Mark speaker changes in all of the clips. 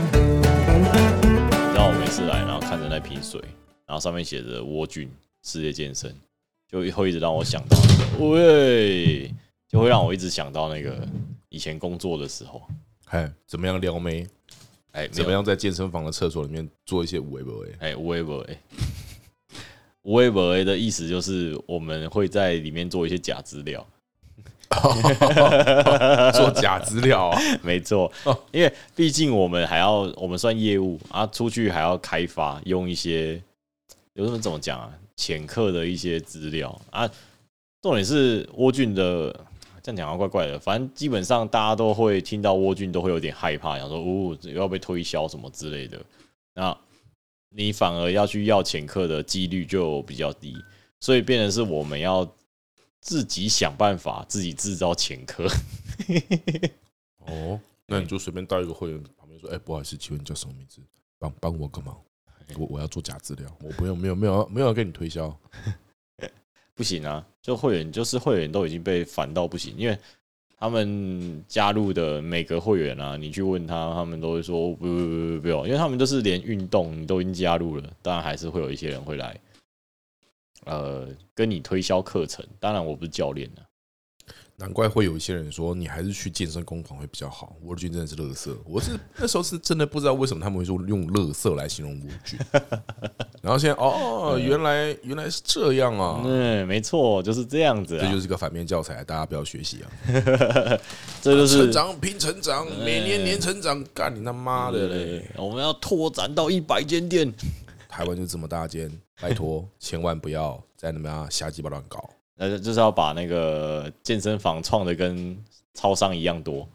Speaker 1: 你知道我每次来，然后看着那瓶水，然后上面写着“沃菌世界健身”，就会一直让我想到那个，喂，就会让我一直想到那个以前工作的时候，
Speaker 2: 哎，怎么样撩妹？
Speaker 1: 哎，
Speaker 2: 怎么
Speaker 1: 样？
Speaker 2: 样在健身房的厕所里面做一些无为不 为？
Speaker 1: 哎，无微不微，无微不微的意思就是我们会在里面做一些假资料，
Speaker 2: 做假资料啊？
Speaker 1: 没错
Speaker 2: 哦，
Speaker 1: 因为毕竟我们还要我们算业务啊，出去还要开发，用一些有什么怎么讲啊，潜客的一些资料啊。重点是蜗俊的，这样讲啊怪怪的，反正基本上大家都会听到蜗俊都会有点害怕，想说哦要被推销什么之类的。那你反而要去要潜客的几率就比较低，所以变成是我们要自己想办法，自己制造潜客。
Speaker 2: 哦，那你就随便到一个会员旁边说：“哎，不好意思，请问你叫什么名字？帮帮我个忙，我我要做假资料，我不用，没有没有没有要跟你推销。
Speaker 1: 不行啊，就会员就是会员都已经被烦到不行，因为他们加入的每个会员啊，你去问他，他们都会说不不不不不用，因为他们就是连运动你都已经加入了，当然还是会有一些人会来，呃，跟你推销课程。当然我不是教练啊，
Speaker 2: 难怪会有一些人说你还是去健身工坊会比较好。沃菌真的是乐色，我是那时候是真的不知道为什么他们会说用乐色来形容沃 菌，然后现在哦，原来原来是这样啊，
Speaker 1: 嗯，没错，就是这样子
Speaker 2: 这
Speaker 1: 啊
Speaker 2: 就，是个反面教材，大家不要学习啊。
Speaker 1: 这就是
Speaker 2: 成长拼成长，每年年成长，干你他妈的嘞！
Speaker 1: 我们要拓展到一百间店，
Speaker 2: 台湾就这么大间，拜托千万不要在那边啊瞎鸡巴乱搞。
Speaker 1: 呃，就是要把那个健身房创的跟超商一样多。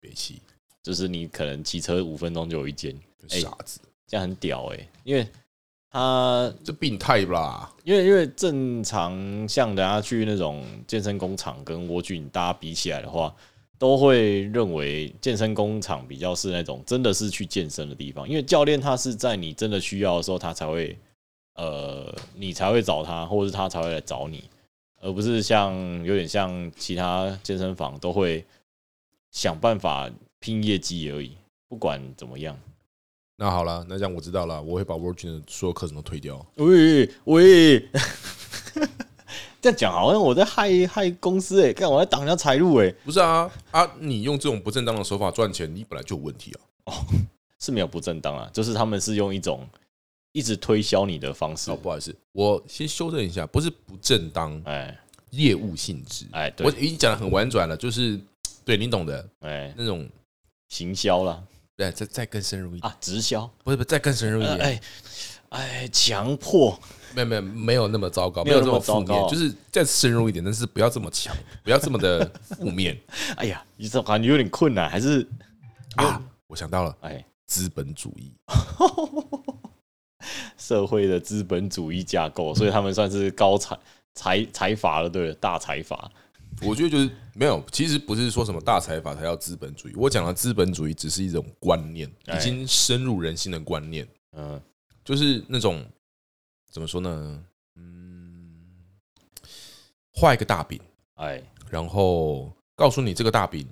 Speaker 2: 别气，
Speaker 1: 就是你可能骑车五分钟就有一间，哎
Speaker 2: 傻子，
Speaker 1: 这样很屌哎、因为他
Speaker 2: 这病态啦！
Speaker 1: 因为因为正常像大家去那种健身工厂跟蜗居大家比起来的话，都会认为健身工厂比较是那种真的是去健身的地方，因为教练他是在你真的需要的时候他才会呃你才会找他，或者是他才会来找你，而不是像有点像其他健身房都会想办法拼业绩而已，不管怎么样。
Speaker 2: 那好了，那这样我知道了，我会把 Virgin 的所有课程都退掉。
Speaker 1: 喂喂， 这样讲好像我在害害公司哎、欸，看我在挡人家财路哎、
Speaker 2: 不是啊啊！你用这种不正当的手法赚钱，你本来就有问题啊！
Speaker 1: 哦是没有不正当啊，就是他们是用一种一直推销你的方式
Speaker 2: 哦，，不好意思，我先修正一下，不是不正当
Speaker 1: 哎
Speaker 2: 业务性质。
Speaker 1: 哎
Speaker 2: 我
Speaker 1: 对
Speaker 2: 已经讲的很婉转了，就是对你懂的
Speaker 1: 哎，
Speaker 2: 那种。
Speaker 1: 行销啦
Speaker 2: 哎，再再更深入一点，
Speaker 1: 啊，直销，
Speaker 2: 不是不是，再更深入一
Speaker 1: 呃
Speaker 2: 点，
Speaker 1: 哎哎，强迫
Speaker 2: 没有没有没有那么糟糕，
Speaker 1: 没有
Speaker 2: 这
Speaker 1: 那么
Speaker 2: 负面
Speaker 1: 糟糕
Speaker 2: 就是再深入一点，但是不要这么强，不要这么的负面
Speaker 1: 哎呀，你这感觉有点困难，还是
Speaker 2: 啊！我想到了
Speaker 1: 哎
Speaker 2: 资本主义，
Speaker 1: 社会的资本主义架构，所以他们算是高财财财阀了，对了，大财阀，
Speaker 2: 我觉得就是没有，其实不是说什么大财阀才叫资本主义，我讲的资本主义只是一种观念，
Speaker 1: 哎
Speaker 2: 已经深入人心的观念，
Speaker 1: 嗯，
Speaker 2: 就是那种怎么说呢？嗯，画一个大饼，
Speaker 1: 哎
Speaker 2: 然后告诉你这个大饼，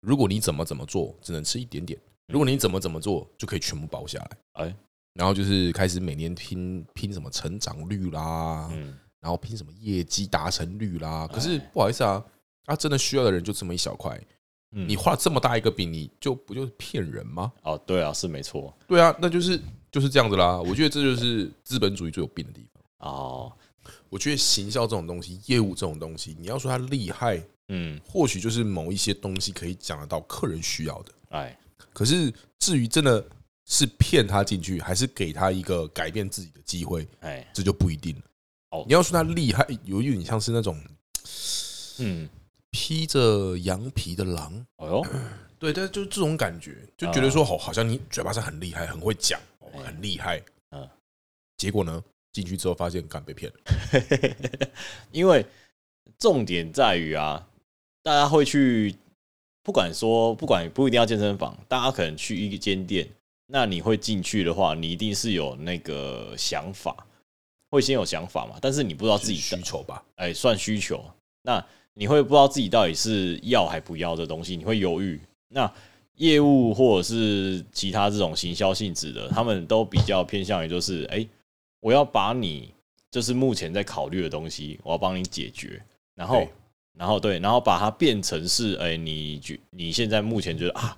Speaker 2: 如果你怎么怎么做，只能吃一点点；如果你怎么怎么做，就可以全部包下来。
Speaker 1: 嗯哎，
Speaker 2: 然后就是开始每年拼拼什么成长率啦，
Speaker 1: 嗯，哎
Speaker 2: 然后拼什么业绩达成率啦。可是不好意思啊，他真的需要的人就这么一小块，
Speaker 1: 嗯
Speaker 2: 你画这么大一个饼，你就不就是骗人吗？
Speaker 1: 哦对啊，是没错，
Speaker 2: 对啊，那就是就是这样子啦。我觉得这就是资本主义最有病的地方。
Speaker 1: 哦，
Speaker 2: 我觉得行销这种东西，业务这种东西，你要说它厉害，
Speaker 1: 嗯，
Speaker 2: 或许就是某一些东西可以讲得到客人需要的。
Speaker 1: 哎。
Speaker 2: 可是至于真的是骗他进去，还是给他一个改变自己的机会，
Speaker 1: 哎，
Speaker 2: 这就不一定了。
Speaker 1: 哦
Speaker 2: 你要说他厉害，有一点像是那种
Speaker 1: 嗯，
Speaker 2: 披着羊皮的狼，
Speaker 1: 哎呦，
Speaker 2: 对，但是就这种感觉，就觉得说好，好像你嘴巴上很厉害，很会讲，哦
Speaker 1: 啊哎
Speaker 2: 很厉害，
Speaker 1: 嗯
Speaker 2: 结果呢，进去之后发现干被骗了，
Speaker 1: 因为重点在于啊，大家会去，不管说不管不一定要健身房，大家可能去一间店，那你会进去的话，你一定是有那个想法，会先有想法嘛，但是你不知道哦自己
Speaker 2: 需求吧？
Speaker 1: 哎、算需求，那你会不知道自己到底是要还不要的东西，你会犹豫。那业务或者是其他这种行销性质的，他们都比较偏向于就是，哎、我要把你就是目前在考虑的东西，我要帮你解决，然后
Speaker 2: 对，
Speaker 1: 然后对，然后把它变成是，哎、你觉你现在目前觉得啊，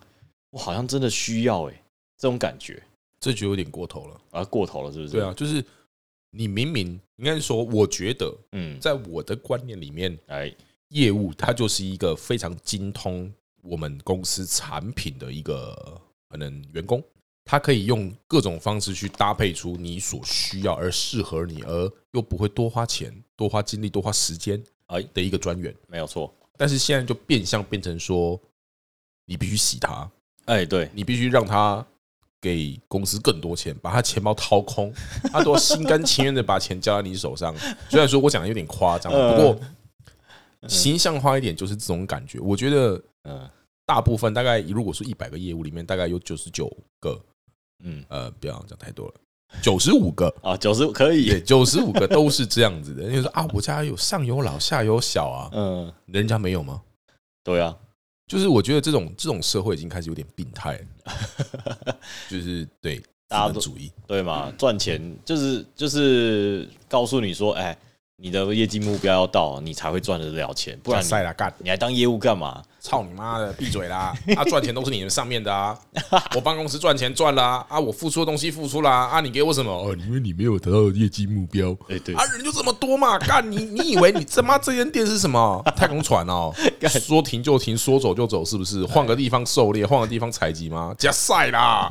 Speaker 1: 我好像真的需要、哎，这种感觉，
Speaker 2: 这就有点过头了。
Speaker 1: 啊，过头了，是不是？
Speaker 2: 对啊，，就是你明明应该是说，我觉得
Speaker 1: 嗯，
Speaker 2: 在我的观念里面，
Speaker 1: 哎，
Speaker 2: 业务它就是一个非常精通我们公司产品的一个呃可能员工，他可以用各种方式去搭配出你所需要而适合你，而又不会多花钱、多花精力、多花时间啊
Speaker 1: 哎
Speaker 2: 的一个专员。
Speaker 1: 没有错，
Speaker 2: 但是现在就变相变成说，你必须洗他，
Speaker 1: 哎、对，
Speaker 2: 你必须让他给公司更多钱，把他钱包掏 空，他都要心甘情愿的把钱交在你手上。虽然说我讲的有点夸张，
Speaker 1: 呃
Speaker 2: 不过形象化一点就是这种感觉。我觉得
Speaker 1: 嗯
Speaker 2: 大部分大概如果说一百个业务里面，大概有九十九个，
Speaker 1: 嗯，
Speaker 2: 呃，不要讲太多了，九十五 个。
Speaker 1: 啊，九十可以，
Speaker 2: 对，九十五个都是这样子的。人家说啊，我家有上有老下有小啊，
Speaker 1: 嗯，
Speaker 2: 人家没有吗？
Speaker 1: 对啊，
Speaker 2: 就是我觉得这种这种社会已经开始有点病态了， 就是对资
Speaker 1: 大家
Speaker 2: 本
Speaker 1: 都
Speaker 2: 主义。
Speaker 1: 对嘛，赚钱就是就是告诉你说，哎，你的业绩目标要到，你才会赚得了钱，不然你
Speaker 2: 塞啦干，
Speaker 1: 你还当业务干嘛？
Speaker 2: 操你妈的，闭嘴啦！啊，赚钱都是你们上面的啊，我帮公司赚钱赚啦，啊，我付出的东西付出啦，啊，你给我什么？哦，因为你没有达到业绩目标
Speaker 1: 哎，对
Speaker 2: 啊，人就这么多嘛，干你你以为你他妈这间店是什么太空船 哦？说停就停，说走就走，是不是？
Speaker 1: 哎
Speaker 2: 换个地方狩猎，换个地方采集吗？加塞啦！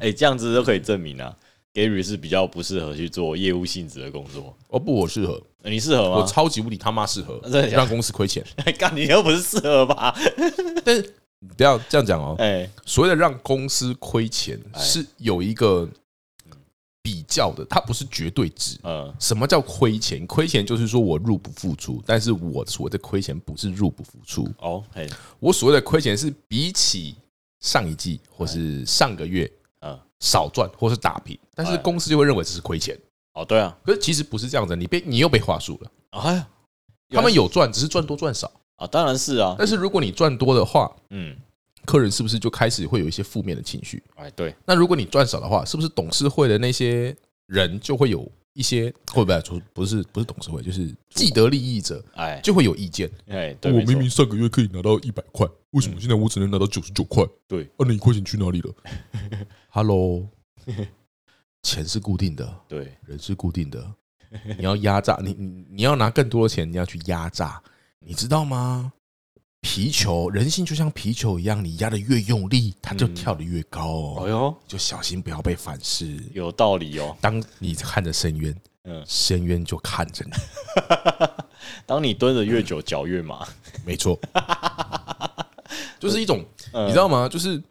Speaker 1: 哎，这样子都可以证明啊，Gary 是比较不适合去做业务性质的工作，
Speaker 2: 哦不，我适合，
Speaker 1: 呃你适合
Speaker 2: 我
Speaker 1: 吗？
Speaker 2: 超级无敌他妈适合
Speaker 1: 真的假的
Speaker 2: 让公司亏钱。
Speaker 1: 干你又不是适合吧？
Speaker 2: 但是你不要这样讲哦。
Speaker 1: 哎，
Speaker 2: 所谓的让公司亏钱，
Speaker 1: 哎
Speaker 2: 是有一个比较的，它不是绝对值。
Speaker 1: 嗯，
Speaker 2: 什么叫亏钱？亏钱就是说我入不敷出，但是我所谓的亏钱不是入不敷出，
Speaker 1: 哦，嘿，
Speaker 2: 我所谓的亏钱是比起上一季或是上个月
Speaker 1: 哎嗯，
Speaker 2: 少赚或是打平，但是
Speaker 1: 哎
Speaker 2: 公司就会认为这是亏钱。
Speaker 1: 哦，对啊，
Speaker 2: 可是其实不是这样子，你被你又被话术了。
Speaker 1: 哎呀，
Speaker 2: 他们有呃赚，只是赚多赚少。
Speaker 1: 啊，当然是啊，
Speaker 2: 但是如果你赚多的话，
Speaker 1: 嗯，
Speaker 2: 客人是不是就开始会有一些负面的情绪？
Speaker 1: 哎，对，
Speaker 2: 那如果你赚少的话，是不是董事会的那些人就会有一些，会不会不不是不是董事会，就是既得利益者
Speaker 1: 哎，
Speaker 2: 就会有意见？
Speaker 1: 哎，对，
Speaker 3: 哦我
Speaker 1: 没错
Speaker 3: 明明上个月可以拿到一百块，为什么现在我只能拿到九十九块？
Speaker 1: 对
Speaker 3: 啊，那一块钱去哪里了？
Speaker 2: 嗯 Hello，钱是固定的，
Speaker 1: 对，
Speaker 2: 人是固定的，你要压榨，你你你要拿更多的钱，你要去压榨，你知道吗？皮球人性就像皮球一样，你压的越用力，它就
Speaker 1: 嗯
Speaker 2: 跳得越高哦，
Speaker 1: 哎呦，
Speaker 2: 就小心不要被反噬。
Speaker 1: 有道理哦，
Speaker 2: 当你看着深渊，
Speaker 1: 嗯
Speaker 2: 深渊就看着你。
Speaker 1: 当你蹲的越久，脚越麻，
Speaker 2: 没错，就是一种
Speaker 1: 嗯
Speaker 2: 你知道吗？就是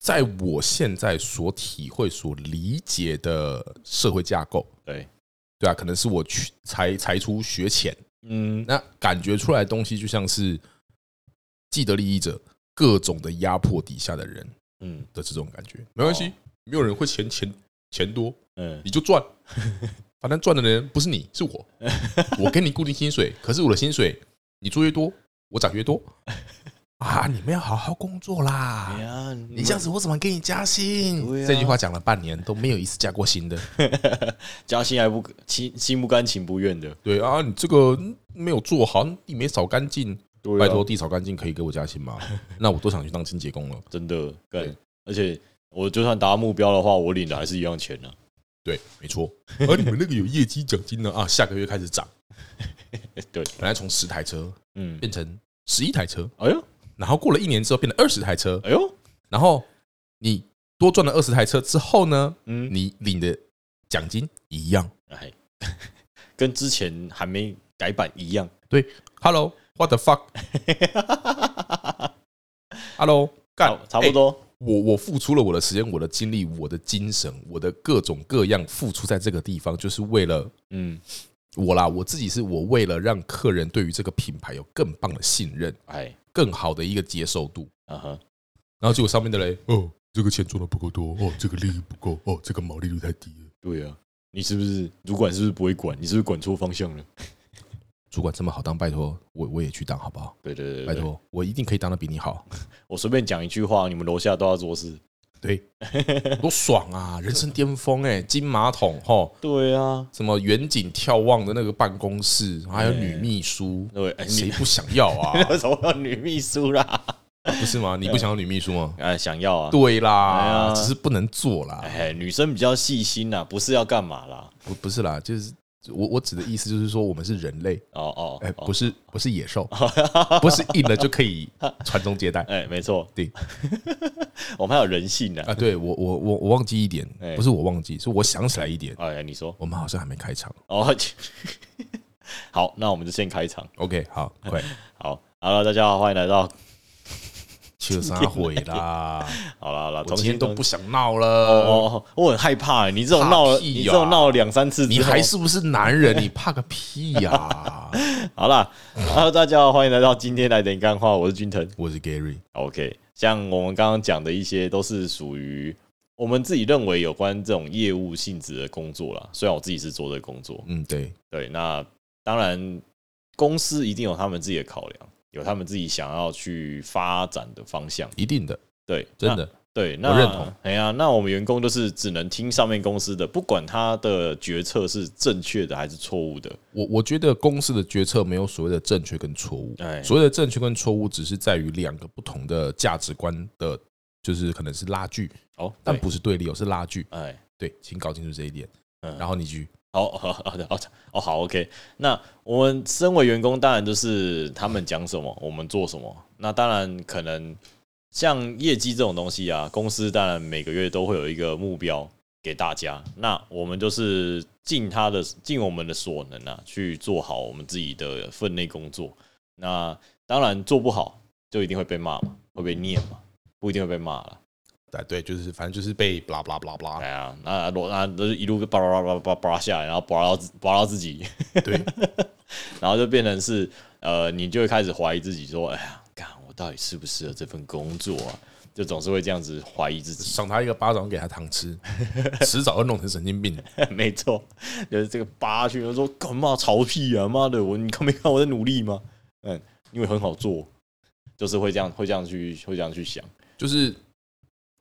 Speaker 2: 在我现在所体会、所理解的社会架构，
Speaker 1: 对，
Speaker 2: 对啊，可能是我去才才出学浅，
Speaker 1: 嗯，
Speaker 2: 那感觉出来的东西就像是既得利益者各种的压迫底下的人
Speaker 1: 嗯
Speaker 2: 的这种感觉。没关系
Speaker 1: 哦，
Speaker 2: 没有人会嫌钱钱多，
Speaker 1: 嗯，
Speaker 2: 你就赚， 反正赚的人不是你，是我。我给你固定薪水，可是我的薪水你做越多，我涨 越多啊！你们要好好工作啦
Speaker 1: 哎。呀，
Speaker 2: 你这样子，我怎么给你加薪？
Speaker 1: 对啊
Speaker 2: 这句话讲了半年都没有一次加过薪的。
Speaker 1: 加薪还不心心不甘情不愿的，
Speaker 2: 对啊，你这个嗯没有做好，地没扫干净，
Speaker 1: 对啊
Speaker 2: 拜托地扫干净可以给我加 薪吗？那我都想去当清洁工了。
Speaker 1: 真的干
Speaker 2: 对，
Speaker 1: 而且我就算达到目标的话，我领的还是一样钱呢、
Speaker 2: 对，没错。而你们那个有业绩奖金呢？啊，下个月开始涨。
Speaker 1: 对，
Speaker 2: 本来从十台车
Speaker 1: 嗯，
Speaker 2: 变成十一台车，
Speaker 1: 哎呦，
Speaker 2: 然后过了一年之后变成二十台车，
Speaker 1: 哎呦，
Speaker 2: 然后你多赚了二十台车之后呢，
Speaker 1: 嗯，
Speaker 2: 你领的奖金一样。
Speaker 1: 哎， 跟之前还没改版一样，
Speaker 2: Hello，what the fuck？Hello，干
Speaker 1: 差，差不
Speaker 2: 欸。
Speaker 1: 多，
Speaker 2: 我我付出了我的时间、我的精力、我的精神、我的各种各样付出在这个地方，就是为了
Speaker 1: 嗯，
Speaker 2: 我啦，我自己是我为了让客人对于这个品牌有更棒的信任、
Speaker 1: 哎，
Speaker 2: 更好的一个接受度。
Speaker 1: 啊哈，
Speaker 2: 然后结果上面的人
Speaker 3: 哦，这个钱赚的不够多，哦，这个利益不够，哦，这个毛利率太低了。
Speaker 1: 对啊，你是不是主管？是不是不会管？你是不是管错方向了？
Speaker 2: 主管这么好当，拜托我我也去当好不好？
Speaker 1: 对对对对
Speaker 2: 拜，托，我一定可以当的比你 好，
Speaker 1: 我随便讲一句话，你们楼下都要做事。
Speaker 2: 多爽啊！人生巅峰哎、金马桶吼，
Speaker 1: 对啊，
Speaker 2: 什么远景眺望的那个办公室，还有女秘书，
Speaker 1: 对，哎、
Speaker 2: 谁
Speaker 1: 你
Speaker 2: 不想要啊？
Speaker 1: 为 什么要女秘书啦？
Speaker 2: 不是吗？你不想要女秘书吗？
Speaker 1: 哎，想要啊，
Speaker 2: 对啊
Speaker 1: 哎
Speaker 2: 啦，
Speaker 1: 呀
Speaker 2: 只是不能做啦，
Speaker 1: 哎，女生比较细心啦，不是要干嘛啦？
Speaker 2: 不不是啦，就是我我指的意思就是说，我们是人类，
Speaker 1: 哦哦，
Speaker 2: 哎，
Speaker 1: 哦
Speaker 2: 不是不是野兽， 不是硬了就可以传宗接代
Speaker 1: 哎，没错，
Speaker 2: 对，
Speaker 1: 我们还有人性的
Speaker 2: 啊！。对我我我我忘记一点
Speaker 1: 哎，
Speaker 2: 不是我忘记，是我想起来一点，
Speaker 1: 哎，你说
Speaker 2: 我们好像还没开场。
Speaker 1: 哦，好，那我们就先开场。
Speaker 2: OK，好，
Speaker 1: 哎
Speaker 2: 快
Speaker 1: 好，Hello，大家好，欢迎来到。
Speaker 2: 去撒毁啦！
Speaker 1: 好了好了，
Speaker 2: 我
Speaker 1: 重
Speaker 2: 今
Speaker 1: 新
Speaker 2: 天都不想闹
Speaker 1: 哦
Speaker 2: 了，
Speaker 1: 哦，我很害怕、你这种闹了，
Speaker 2: 怕屁呀啊
Speaker 1: 你这种闹了两三次之后，
Speaker 2: 你还是不是男人？你怕个屁呀！
Speaker 1: 好啦。Hello，大家好，欢迎来到今天来点干话，我是君腾。
Speaker 2: 我是 Gary，
Speaker 1: OK，像我们刚刚讲的一些都是属于我们自己认为有关这种业务性质的工作啦。虽然我自己是做这个工作，
Speaker 2: 嗯，对，
Speaker 1: 对，那当然公司一定有他们自己的考量，有他们自己想要去发展的方向。
Speaker 2: 一定的，
Speaker 1: 对，
Speaker 2: 真
Speaker 1: 那
Speaker 2: 的，
Speaker 1: 对，那
Speaker 2: 认同。
Speaker 1: 哎呀，那我们员工就是只能听上面公司的，不管他的决策是正确的还是错误的。
Speaker 2: 我我觉得公司的决策没有所谓的正确跟错误，
Speaker 1: 哎，
Speaker 2: 所谓的正确跟错误，只是在于两个不同的价值观的，就是可能是拉锯，
Speaker 1: 哦，
Speaker 2: 但
Speaker 1: 对，
Speaker 2: 不是对立，哦，是拉锯。
Speaker 1: 哎，
Speaker 2: 对，请搞清楚这一点。
Speaker 1: 嗯
Speaker 2: 然后你去，
Speaker 1: 好好好的，好的 哦，好，OK。那我们身为员工，当然就是他们讲什么，我们做什么。那当然可能像业绩这种东西啊，公司当然每个月都会有一个目标给大家。那我们就是尽他的尽我们的所能啊，去做好我们自己的分内工作。那当然做不好，就一定会被骂嘛，会被念嘛，不一定会被骂了。
Speaker 2: 哎，对，就是反正就是被 blah blah blah
Speaker 1: 哎
Speaker 2: blah，
Speaker 1: 呀，那罗那都是一路叭叭叭叭叭叭下来，然后叭到自叭到自己，
Speaker 2: 对，
Speaker 1: 然后就变成是呃，你就会开始怀疑自己，说，哎呀，干我到底适不适合这份工作啊？就总是会这样子怀疑自己。
Speaker 2: 赏他一个巴掌，给他糖 吃，迟早要弄成神经病。
Speaker 1: 没错，就是这个扒去，就说干嘛吵屁啊？妈的，我你看没看我在努力吗？嗯，因为很好做，就是会这样，会这样去，会这样去想。
Speaker 2: 就是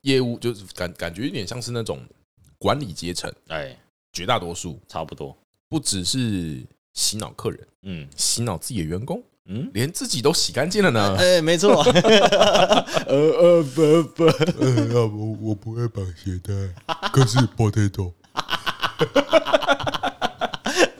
Speaker 2: 业务，就是感感觉有点像是那种管理阶层，
Speaker 1: 哎，
Speaker 2: 绝大多数
Speaker 1: 差不多。
Speaker 2: 不只是洗脑客人，
Speaker 1: 嗯
Speaker 2: 洗脑自己的员工，
Speaker 1: 嗯，
Speaker 2: 连自己都洗干净了呢。
Speaker 1: 哎，没错。 呃呃不不，
Speaker 3: 呃，要我我不会绑鞋带，可是 potato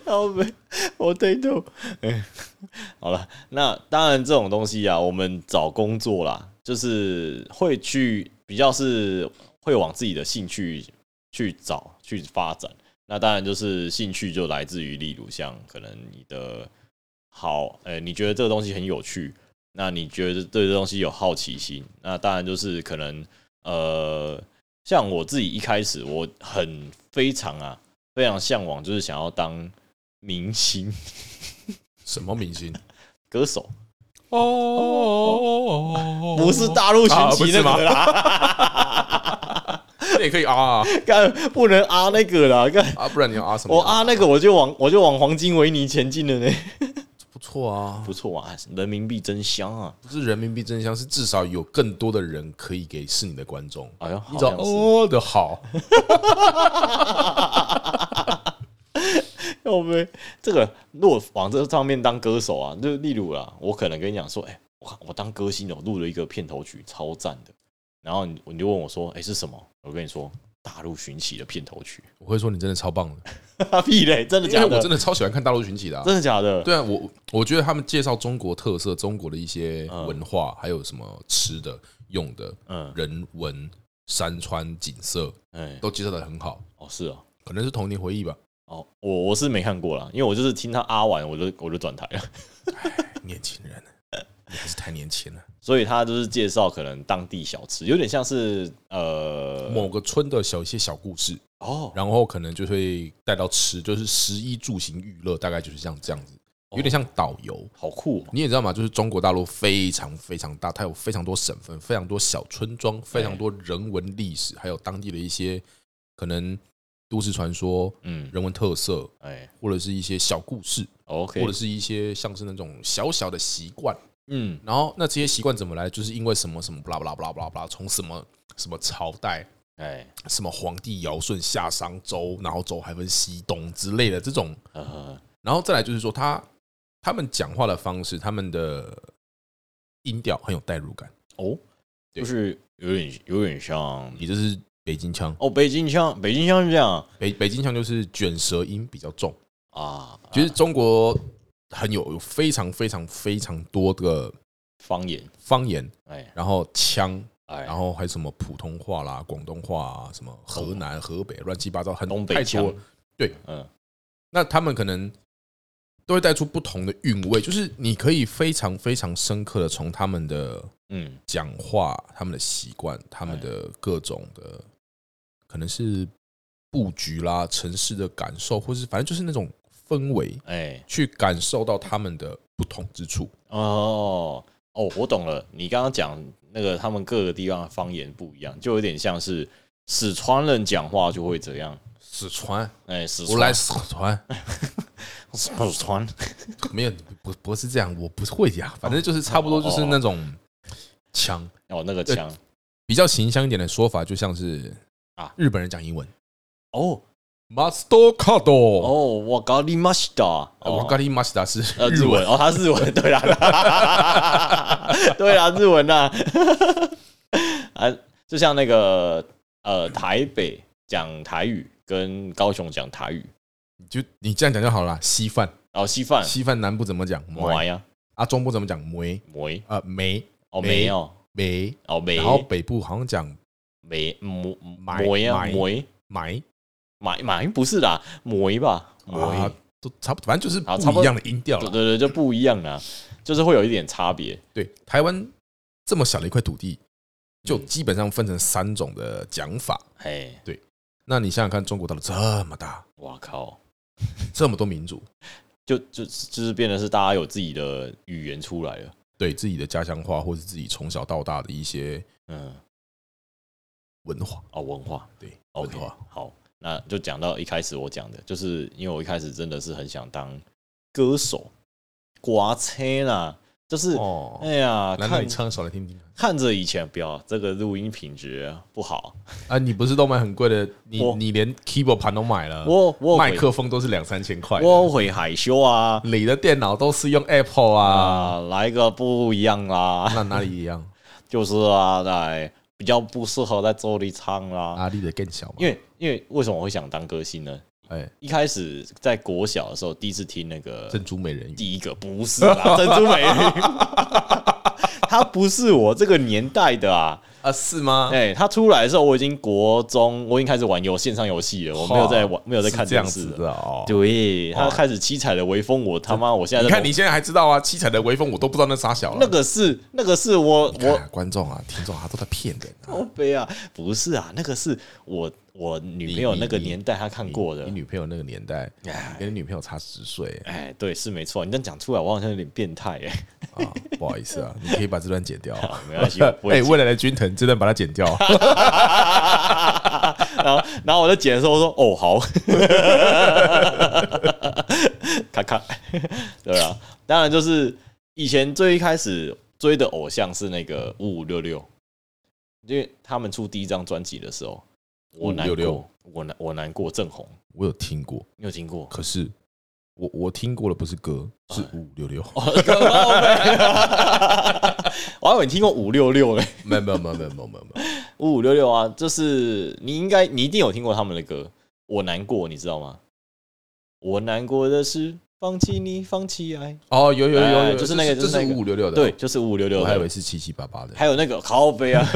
Speaker 1: 好呗，我推头。哎 好了，那当然这种东西啊，我们找工作啦，就是会去比较是会往自己的兴趣去找去发展。那当然就是兴趣就来自于，例如像可能你的好，呃、你觉得这个东西很有趣，那你觉得对这东西有好奇心，那当然就是可能呃，像我自己一开始我很非常啊，非常向往，就是想要当明星
Speaker 2: 什么明星？
Speaker 1: 歌手，
Speaker 2: 哦
Speaker 1: 不是大陆寻奇那个啦，
Speaker 2: 那也可以啊
Speaker 1: 干、不能啊那个啦， 干
Speaker 2: 啊，不然你要啊什么？
Speaker 1: 我啊那个我就往我就往黄金维尼前进了呢，
Speaker 2: 不错啊，
Speaker 1: 不错啊，人民币真香啊，
Speaker 2: 不是人民币真香，是至少有更多的人可以给是你的观众。
Speaker 1: 哎呦，
Speaker 2: 你
Speaker 1: 好
Speaker 2: 知道
Speaker 1: 像是，
Speaker 2: 哦的好，
Speaker 1: 要不这个如果往这上面当歌手啊，就例如啦，我可能跟你讲说，哎、我我当歌星哦，我录了一个片头曲，超赞的，然后你你就问我说，哎、是什么？我跟你说，大陆寻奇的片头曲。
Speaker 2: 我会说你真的超棒的，
Speaker 1: 屁嘞，真的
Speaker 2: 因为
Speaker 1: 假
Speaker 2: 我
Speaker 1: 的？
Speaker 2: 真的超喜欢看大陆群起的啊、
Speaker 1: 真的假的？
Speaker 2: 对啊，我我觉得他们介绍中国特色、中国的一些文化，还有什么吃的、用的、
Speaker 1: 嗯，
Speaker 2: 人文、山川景色，
Speaker 1: 哎，
Speaker 2: 都介绍的很好，
Speaker 1: 哦，是哦，
Speaker 2: 可能是童年回忆吧。
Speaker 1: 哦，我我是没看过啦，因为我就是听他阿完，我就我就转台了，
Speaker 2: 年轻人，你还是太年轻 了。
Speaker 1: 所以他就是介绍可能当地小吃，有点像是呃，
Speaker 2: 某个村的小一些小故事，
Speaker 1: 哦，
Speaker 2: 然后可能就会带到吃，就是食衣住行娱乐，大概就是像这样子，有点像导游。
Speaker 1: 好酷哦，
Speaker 2: 你也知道嘛，就是中国大陆非常非常大，它有非常多省份，非常多小村庄，非常多人文历史，还有当地的一些可能都市传说、
Speaker 1: 嗯，
Speaker 2: 人文特色，
Speaker 1: 哎
Speaker 2: 或者是一些小故事，
Speaker 1: ，OK，
Speaker 2: 或者是一些像是那种小小的习惯。
Speaker 1: 嗯
Speaker 2: 然后那这些习惯怎么来？就是因为什么什么不啦不啦不啦不啦不啦，从什么什么朝代、
Speaker 1: 哎，
Speaker 2: 什么皇帝尧舜夏商周，然后周还分西东之类的这种。
Speaker 1: 呃，
Speaker 2: 然后再来就是说他他们讲话的方式，他们的音调很有代入感，
Speaker 1: 哦，
Speaker 2: 对
Speaker 1: 就是有点有点像
Speaker 2: 也就是北京腔。
Speaker 1: 哦，北京腔，北京腔是这样
Speaker 2: 北北京腔就是卷舌音比较重，
Speaker 1: 啊，
Speaker 2: 其实
Speaker 1: 啊
Speaker 2: 中国很有有非常非常非常多的
Speaker 1: 方言，
Speaker 2: 方言，
Speaker 1: 哎
Speaker 2: 然后腔，
Speaker 1: 哎，
Speaker 2: 然后还有什么普通话啦、广东话啊、什么河南、河北，乱七八糟，很
Speaker 1: 东
Speaker 2: 太
Speaker 1: 北
Speaker 2: 多
Speaker 1: 腔
Speaker 2: 了。，对，
Speaker 1: 嗯，
Speaker 2: 那他们可能都会带出不同的韵味，就是你可以非常非常深刻的从他们的
Speaker 1: 嗯，
Speaker 2: 讲话、他们的习惯、他们的各种的，可能是布局啦、城市的感受，或是反正就是那种氛围，
Speaker 1: 哎，
Speaker 2: 去感受到他们的不同之处。
Speaker 1: 哦哦，我懂了，你刚刚讲那个他们各个地方的方言不一样，就有点像是四川人讲话就会这样，
Speaker 2: 四川，
Speaker 1: 哎，四
Speaker 2: 我来
Speaker 1: 川，
Speaker 2: 四川，
Speaker 1: 四川，
Speaker 2: 没有不不是这样，我不会呀，反正就是差不多就是那种腔，
Speaker 1: 哦，那个腔，
Speaker 2: 呃比较形象一点的说法，就像是
Speaker 1: 啊
Speaker 2: 啊，日本人讲英文
Speaker 1: 哦
Speaker 2: m a s t e r c a d
Speaker 1: 哦，
Speaker 2: o
Speaker 1: 我搞你妈西达，
Speaker 2: 我咖喱 m a s t e r 是
Speaker 1: 呃，
Speaker 2: 日
Speaker 1: 日
Speaker 2: 文，
Speaker 1: 文哦，他是日文， 对啦，对啦，日文啦， 啊，就像那个呃，台北讲台语跟高雄讲台语，
Speaker 2: 你就你这样讲就好了啦。稀饭，
Speaker 1: 然后稀饭
Speaker 2: 稀饭南部怎么讲？
Speaker 1: 梅呀
Speaker 2: 啊，中部怎么讲？梅
Speaker 1: 梅
Speaker 2: 啊，梅
Speaker 1: 哦
Speaker 2: 梅
Speaker 1: 梅哦
Speaker 2: 梅，
Speaker 1: 哦梅
Speaker 2: 然后北部好像讲
Speaker 1: 梅梅
Speaker 2: 买
Speaker 1: 梅啊
Speaker 2: 买
Speaker 1: 梅
Speaker 2: 埋
Speaker 1: 买买不是啦梅吧梅
Speaker 2: 啊，都差不多，反正就是
Speaker 1: 好差不
Speaker 2: 不
Speaker 1: 多
Speaker 2: 一样的音调
Speaker 1: 对
Speaker 2: 啦。
Speaker 1: 对对就不一样啦，就是会有一点差别
Speaker 2: 对，台湾这么小的一块土地，
Speaker 1: 嗯
Speaker 2: 就基本上分成三种的讲法。
Speaker 1: 哎，
Speaker 2: 那你想想看，中国大陆这么大，
Speaker 1: 哇靠，
Speaker 2: 这么多民族，
Speaker 1: 就就就是变得是大家有自己的语言出来了，
Speaker 2: 对自己的家乡话，或是自己从小到大的一些
Speaker 1: 嗯。
Speaker 2: 文化，
Speaker 1: 哦，文化
Speaker 2: 对文
Speaker 1: OK，
Speaker 2: 化。
Speaker 1: 好，那就讲到一开始我讲的，就是因为我一开始真的是很想当歌手，刮车啦，就是、
Speaker 2: 哦，
Speaker 1: 哎呀，
Speaker 2: 难道
Speaker 1: 看
Speaker 2: 你唱一首来听听看？
Speaker 1: 看着以前不要这个录音品质不好，
Speaker 2: 啊，你不是都买很贵的，你
Speaker 1: 我
Speaker 2: 你连 keyboard 盘都买了，
Speaker 1: 我我有
Speaker 2: 麦
Speaker 1: 回
Speaker 2: 克风都是两三千块的，
Speaker 1: 我会害羞啊
Speaker 2: 你的电脑都是用 Apple 啊，
Speaker 1: 啊，来个不一样啦，
Speaker 2: 那哪里一样？
Speaker 1: 就是啊，来比较不适合在这里唱啦，
Speaker 2: 阿力的更小嘛，
Speaker 1: 因为因为为什么我会想当歌星呢？
Speaker 2: 哎，
Speaker 1: 一开始在国小的时候，第一次听那个
Speaker 2: 珍珠美人鱼，
Speaker 1: 第一个不是啦， 珍珠美人 鱼，他不是我这个年代的啊。
Speaker 2: 啊，是吗？
Speaker 1: 哎、他出来的时候我已经国中，我已经开始玩游线上游戏了，我没有在玩，没有在看
Speaker 2: 是这样
Speaker 1: 电视
Speaker 2: 子
Speaker 1: 了。
Speaker 2: 的哦。
Speaker 1: 对他开始七彩的微风，我他妈，我现在
Speaker 2: 你
Speaker 1: 在
Speaker 2: 看你现在还知道啊，七彩的微风我都不知道那啥小了。
Speaker 1: 那个是那个是我
Speaker 2: 你看
Speaker 1: 我
Speaker 2: 啊观众啊，听众啊，都在骗人啊。
Speaker 1: 我悲啊，不是啊，那个是我我女朋友那个年代她看过的
Speaker 2: 你。女朋友那个年代，
Speaker 1: 哎
Speaker 2: 你跟你女朋友差十岁
Speaker 1: 哎，对，是没错。你这样讲出来，我好像有点变态哎、
Speaker 2: 啊，不好意思啊，你可以把这段剪掉。
Speaker 1: 好 没关系，我不会
Speaker 2: 哎，未来的君腾这段把它剪掉。
Speaker 1: 然后，然后我在剪的时候我说：“哦，好， 咔咔，对啊，当然就是以前最一开始追的偶像是那个五五六六，因为他们出第一张专辑的时候，我难
Speaker 2: 5566
Speaker 1: 过，我难我难过，郑红，
Speaker 2: 我有听过，
Speaker 1: 你有听过？
Speaker 2: 可是我我听过的不是歌，是五五六六。
Speaker 1: 哦，靠背 我还以为你听过五六六嘞，
Speaker 2: 没有没有没有没有没有没有没有，
Speaker 1: 五五六六啊，就是你应该你一定有听过他们的歌，《我难过》，你知道吗？我难过的是放弃你，放弃爱，
Speaker 2: 哦，有有有
Speaker 1: 哎
Speaker 2: 有，
Speaker 1: 就是那个
Speaker 2: 这
Speaker 1: 就是
Speaker 2: 是
Speaker 1: 那个
Speaker 2: 五五六六的，哦
Speaker 1: 对，，就是五五六六
Speaker 2: 我还以为
Speaker 1: 的。
Speaker 2: 是七七八八的。
Speaker 1: 还有那个靠背啊，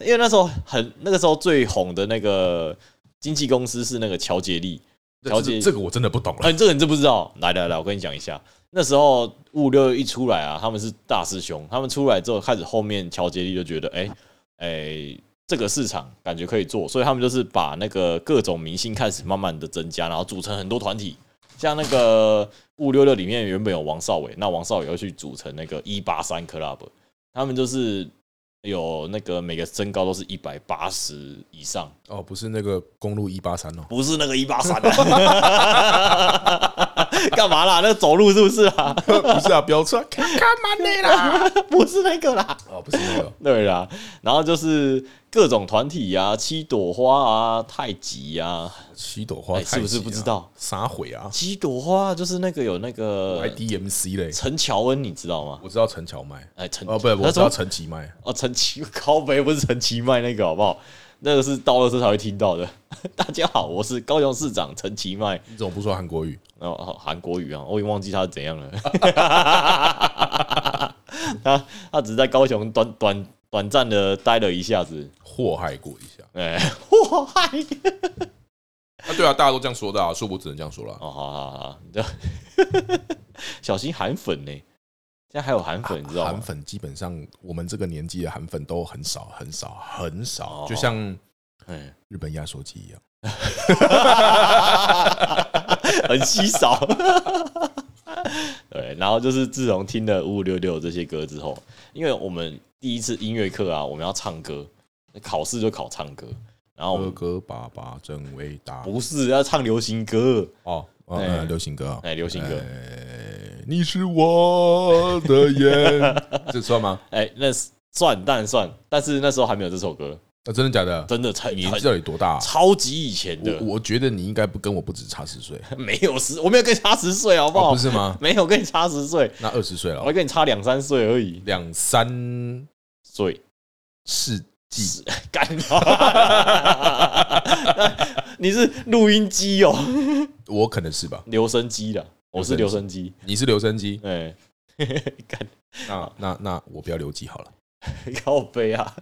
Speaker 1: 因为那时候很那个时候最红的那个经纪公司是那个乔杰利，
Speaker 2: 这
Speaker 1: 了解
Speaker 2: 这这个我真的不懂了。
Speaker 1: 哎，这个你知不知道？来来来，我跟你讲一下，那时候五六一出来啊，他们是大师兄，他们出来之后开始后面乔杰利就觉得，哎、哎、这个市场感觉可以做，所以他们就是把那个各种明星开始慢慢的增加，然后组成很多团体。像那个五六六里面原本有王少伟，那王少伟又去组成那个一八三 club，他们就是有那个每个身高都是一百八十以上，
Speaker 2: 哦，不是那个公路一八三哦，
Speaker 1: 不是那个一八三啊， 干嘛啦？那走路是不是啊？
Speaker 2: 不是啊，飙车 干嘛你啦？
Speaker 1: 不是那个啦，
Speaker 2: 哦，不是那 个，
Speaker 1: 对啦。然后就是各种团体啊，七朵花啊，太极啊，
Speaker 2: 七朵花
Speaker 1: 哎是不是
Speaker 2: 太极啊
Speaker 1: 不知道？
Speaker 2: 啥毁啊？
Speaker 1: 七朵花就是那个有那
Speaker 2: 我还
Speaker 1: 个
Speaker 2: DMC 嘞，
Speaker 1: 陈乔恩，你知道吗？
Speaker 2: 我知道陈乔麦，
Speaker 1: 哎，陈
Speaker 2: 哦，不，我
Speaker 1: 那
Speaker 2: 知
Speaker 1: 什么
Speaker 2: 道陈其麦，
Speaker 1: 哦，陈其高飞不是陈其迈那个好不好？那个是到了这才会听到的。 大家好，我是高雄市长陈其迈。
Speaker 2: 你怎么不说韩国语？
Speaker 1: 然后哦韩国语啊，我已经忘记他是怎样了。 他他只是在高雄短短短暂的待了一下子，
Speaker 2: 祸害过一下
Speaker 1: 哎、祸害。
Speaker 2: 啊？对啊，大家都这样说的啊，所以我只能这样说了。
Speaker 1: 哦，好好好， 你知道小心韩粉呢、现在还有韩粉，你知道
Speaker 2: 韩
Speaker 1: 吗？
Speaker 2: 粉基本上我们这个年纪的韩粉都很少很少很少
Speaker 1: 哦，
Speaker 2: 就像
Speaker 1: 哎
Speaker 2: 日本压缩机一样。
Speaker 1: 哎 很稀少。 对，然后就是自从听了五五六六这些歌之后，因为我们第一次音乐课啊，我们要唱歌，考试就考唱歌，然后我
Speaker 2: 哥
Speaker 1: 们
Speaker 2: 哥爸爸真伟大
Speaker 1: 不是要唱流行歌，
Speaker 2: 哦，呃
Speaker 1: 哎
Speaker 2: 呃流行歌啊，
Speaker 1: 哎，流行歌，
Speaker 2: 哎你是我的眼， 这算吗？
Speaker 1: 哎，那是算但算，但是那时候还没有这首歌，
Speaker 2: 啊，真的假的？
Speaker 1: 真的很
Speaker 2: 你
Speaker 1: 很
Speaker 2: 到底多大啊？
Speaker 1: 超级以前的
Speaker 2: 我，我觉得你应该不跟我不止差十岁，
Speaker 1: 没有十，我没有跟你差十岁，好不
Speaker 2: 哦，
Speaker 1: 好
Speaker 2: 不？是吗？
Speaker 1: 没有跟你差十岁，
Speaker 2: 那二十岁了
Speaker 1: 我
Speaker 2: 哦，
Speaker 1: 还跟你差两三岁而已，
Speaker 2: 两三
Speaker 1: 岁。
Speaker 2: 世纪，
Speaker 1: 干嘛？你是录音机哦，
Speaker 2: 我可能是吧？
Speaker 1: 留声机啦，我是留声机。
Speaker 2: 你是留声机，
Speaker 1: 哎， 干
Speaker 2: 那那那我不要留级好了。
Speaker 1: 靠背啊！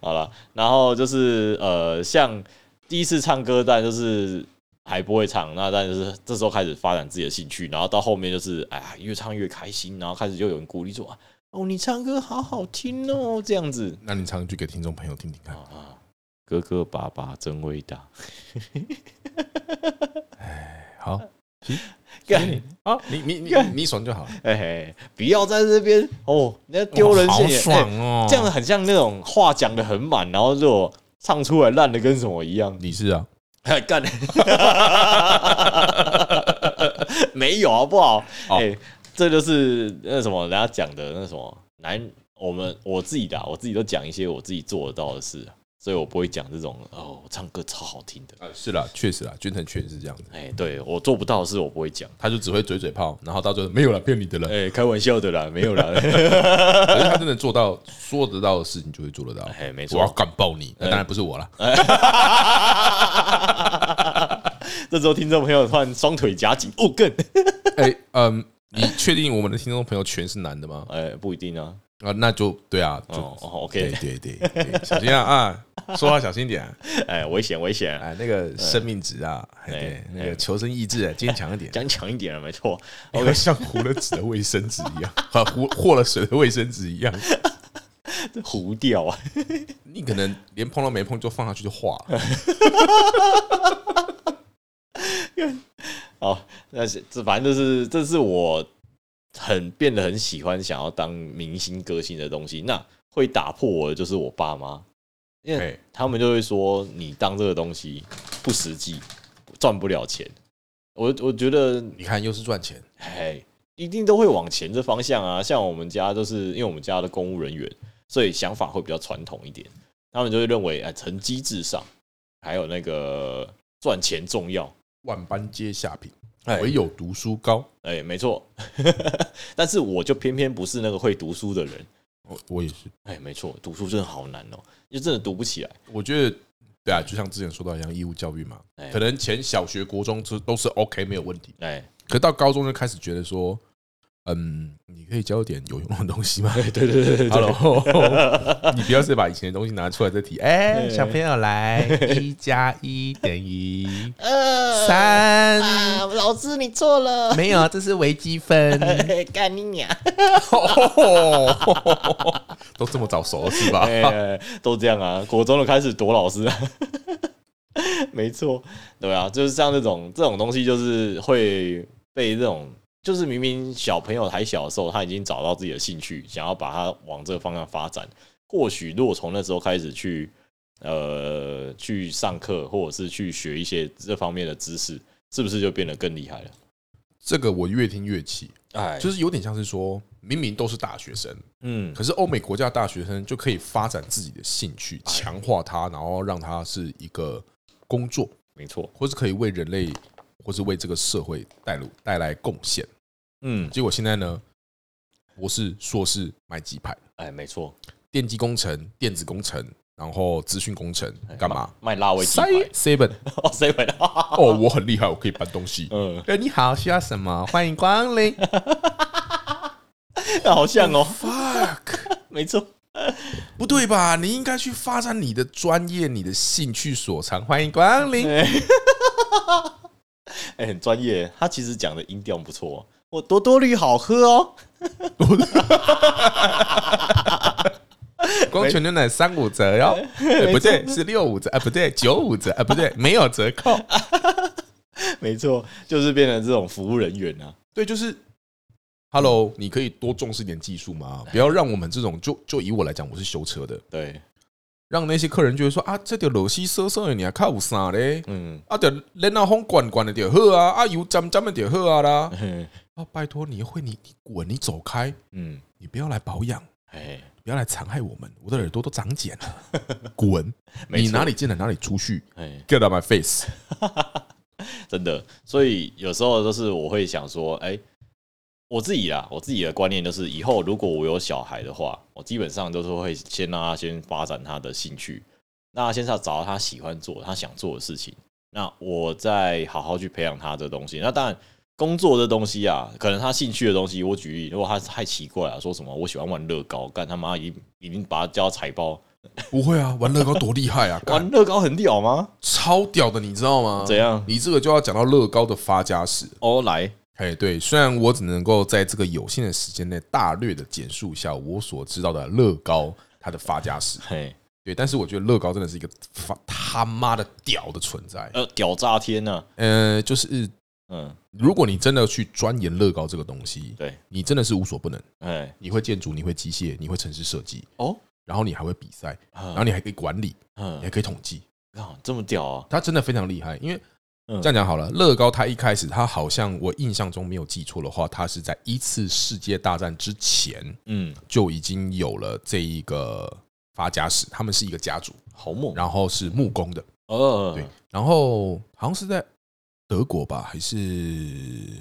Speaker 1: 好了，然后就是呃，像第一次唱歌，但就是还不会唱，那但就是这时候开始发展自己的兴趣，然后到后面就是哎呀，越唱越开心，然后开始就有人鼓励说啊，哦，你唱歌好好听哦，这样子。
Speaker 2: 那你唱一句给听众朋友听听看。
Speaker 1: 啊，哥哥爸爸真伟大，
Speaker 2: 好，
Speaker 1: 干
Speaker 2: 啊，你你你你爽就好，
Speaker 1: 哎、嘿，不要在这边哦，那丢人现
Speaker 2: 好
Speaker 1: 眼，
Speaker 2: 爽
Speaker 1: 哎
Speaker 2: 哦。
Speaker 1: 这样很像那种话讲的很满，然后就唱出来烂的跟什么一样。
Speaker 2: 你是啊？
Speaker 1: 哎， 干，没有好不好？哎、
Speaker 2: 哦
Speaker 1: 这就是那什么人家讲的那什么男，我们我自己的啊、我自己都讲一些我自己做得到的事啊，所以我不会讲这种哦，我唱歌超好听的。
Speaker 2: 啊，是啦，确实啦，君臣确实是这样子，
Speaker 1: 哎、对我做不到的事我不会讲。
Speaker 2: 他就只会嘴嘴炮，然后到最后没有了，骗你的了。
Speaker 1: 哎、开玩笑的啦，没有啦。
Speaker 2: 可是他真的做到说得到的事情，就会做得到。
Speaker 1: 哎没错
Speaker 2: 我要干爆你，那当然不是我了。
Speaker 1: 这时候听众朋友突然双腿夹紧，哦，更
Speaker 2: 哎，嗯，你确定我们的听众朋友全是男的吗？
Speaker 1: 哎，不一定啊。
Speaker 2: 啊，那就对啊，就
Speaker 1: 哦哦
Speaker 2: 对
Speaker 1: ，OK，
Speaker 2: 对对对，小心啊啊，说话小心点啊，
Speaker 1: 哎，危险危险，
Speaker 2: 哎，那个生命值啊，哎对
Speaker 1: 嗯哎，
Speaker 2: 那个求生意志啊，坚强一点。
Speaker 1: 讲强一点啊，没错。
Speaker 2: 我们像糊了纸的卫生纸一样，和糊和了水的卫生纸一样，
Speaker 1: 糊掉 啊，
Speaker 2: 你可能连碰都没碰就放下去就化 了。
Speaker 1: 哦，那是这反正就是这是我很变得很喜欢想要当明星歌星的东西。那会打破我的就是我爸妈，因为
Speaker 2: 哎，
Speaker 1: 他们就会说你当这个东西不实际，赚不了钱。我我觉得
Speaker 2: 你看又是赚钱，
Speaker 1: 哎，一定都会往前这方向啊。像我们家就是因为我们家的公务人员，所以想法会比较传统一点，他们就会认为哎，成绩至上，还有那个赚钱重要。
Speaker 2: 万般皆下品，
Speaker 1: 哎
Speaker 2: 唯有读书高。
Speaker 1: 哎，没错， 但是我就偏偏不是那个会读书的人。
Speaker 2: 我我也是。
Speaker 1: 哎，没错，读书真的好难哦，就真的读不起来。
Speaker 2: 我觉得对啊，就像之前说到一样，义务教育嘛
Speaker 1: 哎，
Speaker 2: 可能前小学、国中这都是 OK 没有问题，
Speaker 1: 哎，
Speaker 2: 可到高中就开始觉得说，嗯，你可以教点有用的东西吗？哎对
Speaker 1: 对对对对对
Speaker 2: ，Hello，你不要再把以前的东西拿出来再提。哎，
Speaker 1: 对
Speaker 2: 小朋友 来，一加一等于
Speaker 4: 呃，
Speaker 2: 三，
Speaker 4: 啊，老师你错 了，
Speaker 2: 没有，啊这是微积分。
Speaker 4: 干你娘！
Speaker 2: 哦 都这么早熟了是吧？
Speaker 1: 哎哎，都这样啊，国中的开始躲老师啊， 没错，对啊，就是像这种这种东西，就是会被这种，就是明明小朋友还小的时候，他已经找到自己的兴趣，想要把它往这个方向发展，或许如果从那时候开始去呃去上课，或者是去学一些这方面的知识，是不是就变得更厉害了？
Speaker 2: 这个我越听越气，
Speaker 1: 哎
Speaker 2: 就是有点像是说，明明都是大学生，
Speaker 1: 嗯，
Speaker 2: 可是欧美国家大学生就可以发展自己的兴趣，
Speaker 1: 哎
Speaker 2: 强化它，然后让它是一个工作，
Speaker 1: 没错，
Speaker 2: 或是可以为人类，或是为这个社会带入带来贡献。
Speaker 1: 嗯，
Speaker 2: 结果现在呢，博士、硕士买鸡排，
Speaker 1: 哎，没错，
Speaker 2: 电机工程、电子工程，然后资讯工程，
Speaker 1: 哎
Speaker 2: 干嘛？
Speaker 1: 卖拉维鸡
Speaker 2: 塞
Speaker 1: 排？
Speaker 2: seven
Speaker 1: 哦，谁买的？
Speaker 2: 哦，我很厉害，我可以搬东 西。
Speaker 1: 嗯，
Speaker 2: 哎，你好，需要什么？欢迎光 临。
Speaker 1: 好像哦，
Speaker 2: Fuck，
Speaker 1: 没错，
Speaker 2: 不对吧？你应该去发展你的专业、你的兴趣所长。欢迎光临。
Speaker 1: 哎，很专业。他其实讲的音调不错，哦我多多绿好喝哦。
Speaker 2: 光泉牛奶三五折哟，哎不对，是六五折，啊，不对，九五折，啊，不对，没有折扣。
Speaker 1: 没错，就是变成这种服务人员啊。
Speaker 2: 对，就是，Hello，你可以多重视一点技术吗？不要让我们这种，就就以我来讲，我是修车的，
Speaker 1: 对，
Speaker 2: 让那些客人觉得说啊，这条螺丝色色的，你还靠啥嘞？
Speaker 1: 嗯，
Speaker 2: 啊，就人啊风管管的就好啊，啊油沾沾的就好啊啦。
Speaker 1: 嗯
Speaker 2: 啊，拜托你会你你滚，你走开，
Speaker 1: 嗯，
Speaker 2: 你不要来保养，
Speaker 1: 哎，
Speaker 2: 不要来残害我们，我的耳朵都长茧了， 滚！
Speaker 1: 没错
Speaker 2: 你哪里进来哪里出去
Speaker 1: 哎，
Speaker 2: ，Get out my face！
Speaker 1: 真的。所以有时候就是我会想说，哎、我自己啦，我自己的观念就是，以后如果我有小孩的话，我基本上都是会先让他先发展他的兴趣，那先要找到他喜欢做、他想做的事情。那我再好好去培养他这东西。那当然，工作这东西啊，可能他兴趣的东西，我举例，如果他太奇怪了，说什么我喜欢玩乐高，干他妈已经已经把他叫他财报，
Speaker 2: 不会啊，玩乐高多厉害 啊！干
Speaker 1: 玩乐高很屌吗？
Speaker 2: 超屌的，你知道吗？
Speaker 1: 怎样
Speaker 2: 你这个就要讲到乐高的发家史。
Speaker 1: 哦，来，
Speaker 2: 哎，对，虽然我只能够在这个有限的时间内大略的简述一下我所知道的乐高它的发家史，
Speaker 1: 嘿，
Speaker 2: 对，但是我觉得乐高真的是一个发他妈的屌的存 在。
Speaker 1: 呃，屌炸天呐、
Speaker 2: 呃，就是
Speaker 1: 嗯，
Speaker 2: 如果你真的去钻研乐高这个东西，
Speaker 1: 对，
Speaker 2: 你真的是无所不能，
Speaker 1: 哎，
Speaker 2: 你会建筑，你会机械，你会城市设计，
Speaker 1: 哦，
Speaker 2: 然后你还会比赛，
Speaker 1: 然
Speaker 2: 然后你还可以管理，你还
Speaker 1: 嗯，
Speaker 2: 可以统计，
Speaker 1: 靠，这么屌啊！
Speaker 2: 它真的非常厉害，因为
Speaker 1: 嗯
Speaker 2: 这样讲好了，乐高它一开始它好像我印象中没有记错的话，它是在一次世界大战之前
Speaker 1: 嗯，
Speaker 2: 就已经有了这一个发家史，他们是一个家族，
Speaker 1: 好猛！啊
Speaker 2: 然后是木工的，
Speaker 1: 呃，
Speaker 2: 对，然后好像是在德国吧，还是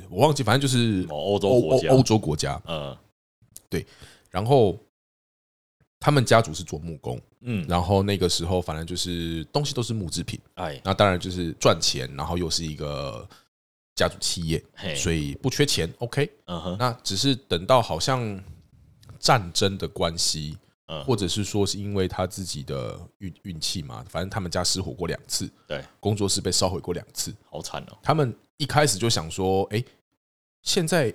Speaker 2: 我忘记，反正就是
Speaker 1: 某欧洲
Speaker 2: 欧
Speaker 1: 国
Speaker 2: 欧
Speaker 1: 家，
Speaker 2: 欧洲国家，
Speaker 1: 呃，
Speaker 2: 然后。他们家族是做木工，
Speaker 1: 嗯，
Speaker 2: 然后那个时候反正就是东西都是木制品，
Speaker 1: 哎，
Speaker 2: 那当然就是赚钱，然后又是一个家族企业，
Speaker 1: 嘿，
Speaker 2: 所以不缺钱，OK。
Speaker 1: 哎嗯哼，
Speaker 2: 那只是等到好像战争的关系，
Speaker 1: 嗯，
Speaker 2: 或者是说是因为他自己的运运气嘛，反正他们家失火过两次，
Speaker 1: 对，
Speaker 2: 工作室被烧毁过两次。
Speaker 1: 好惨哦，
Speaker 2: 他们一开始就想说，哎，现在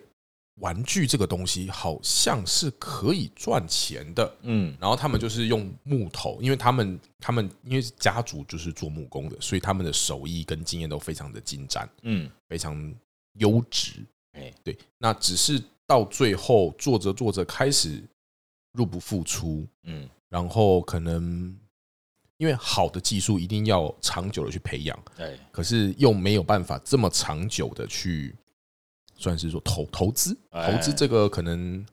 Speaker 2: 玩具这个东西好像是可以赚钱的。
Speaker 1: 嗯，
Speaker 2: 然后他们就是用木头，因为他们他们因为家族就是做木工的，所以他们的手艺跟经验都非常的精湛。
Speaker 1: 嗯，
Speaker 2: 非常优质。
Speaker 1: 哎
Speaker 2: 对，那只是到最后做着做着开始入不敷出，
Speaker 1: 嗯，
Speaker 2: 然后可能因为好的技术一定要长久的去培养，
Speaker 1: 哎，
Speaker 2: 可是又没有办法这么长久的去，算是说投投资，
Speaker 1: 哎
Speaker 2: 投资这个可能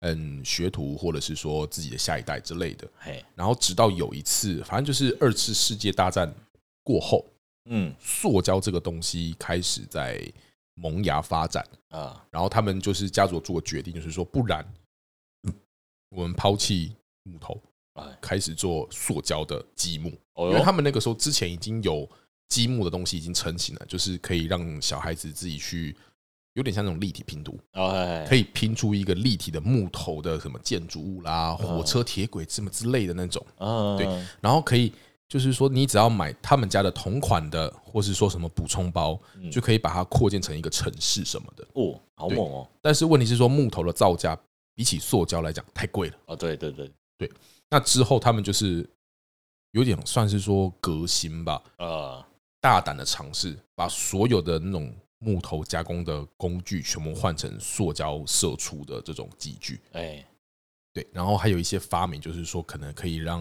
Speaker 2: 嗯学徒或者是说自己的下一代之类的。
Speaker 1: 嘿，
Speaker 2: 然后直到有一次，反正就是二次世界大战过后，
Speaker 1: 嗯，
Speaker 2: 塑胶这个东西开始在萌芽发展，
Speaker 1: 啊，
Speaker 2: 然后他们就是家族做个决定，就是说，不然嗯我们抛弃木头
Speaker 1: 哎，
Speaker 2: 开始做塑胶的积木，
Speaker 1: 哦
Speaker 2: 因为
Speaker 1: 哟
Speaker 2: 他，们那个时候之前已经有积木的东西已经成型了，就是可以让小孩子自己去，有点像那种立体拼图，
Speaker 1: 哦哎，
Speaker 2: 可
Speaker 1: 以，
Speaker 2: 以拼出一个立体的木头的什么建筑物啦、火车、铁轨什么之类的那种。
Speaker 1: 嗯，
Speaker 2: 对，然后可以就是说，你只要买他们家的同款的，或是说什么补充包，
Speaker 1: 嗯
Speaker 2: 就可以把它扩建成一个城市什么的。
Speaker 1: 哦，好猛哦，
Speaker 2: 但是问题是说，木头的造价比起塑胶来讲太贵了。
Speaker 1: 哦，对对对，
Speaker 2: 那之后他们就是有点算是说革新吧，
Speaker 1: 呃，
Speaker 2: 大胆的尝试，把所有的那种木头加工的工具全部换成塑胶射出的这种机具。
Speaker 1: 哎，
Speaker 2: 对，然后还有一些发明，就是说可能可以让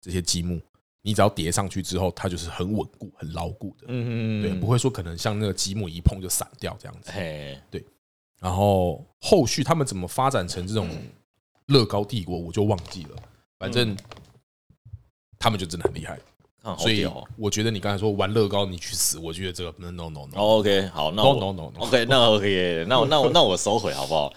Speaker 2: 这些积木，你只要叠上去之后，它就是很稳固、很牢固的，
Speaker 1: 嗯
Speaker 2: 对，不
Speaker 1: 会，
Speaker 2: 会说可能像那个积木一碰就散掉这样子。
Speaker 1: 嘿，
Speaker 2: 然后后续他们怎么发展成这种
Speaker 1: 嗯
Speaker 2: 乐高帝国，我就忘记了。反正他们就真的很厉害，
Speaker 1: 看好
Speaker 2: 所以
Speaker 1: 屌嗯哦
Speaker 2: 我觉得你刚才说玩乐高你去死，我觉得这个 no no no
Speaker 1: 哦
Speaker 2: no
Speaker 1: OK，好，那
Speaker 2: no
Speaker 1: 我
Speaker 2: no no no
Speaker 1: OK，那 OK，那我那我那我收回好不好？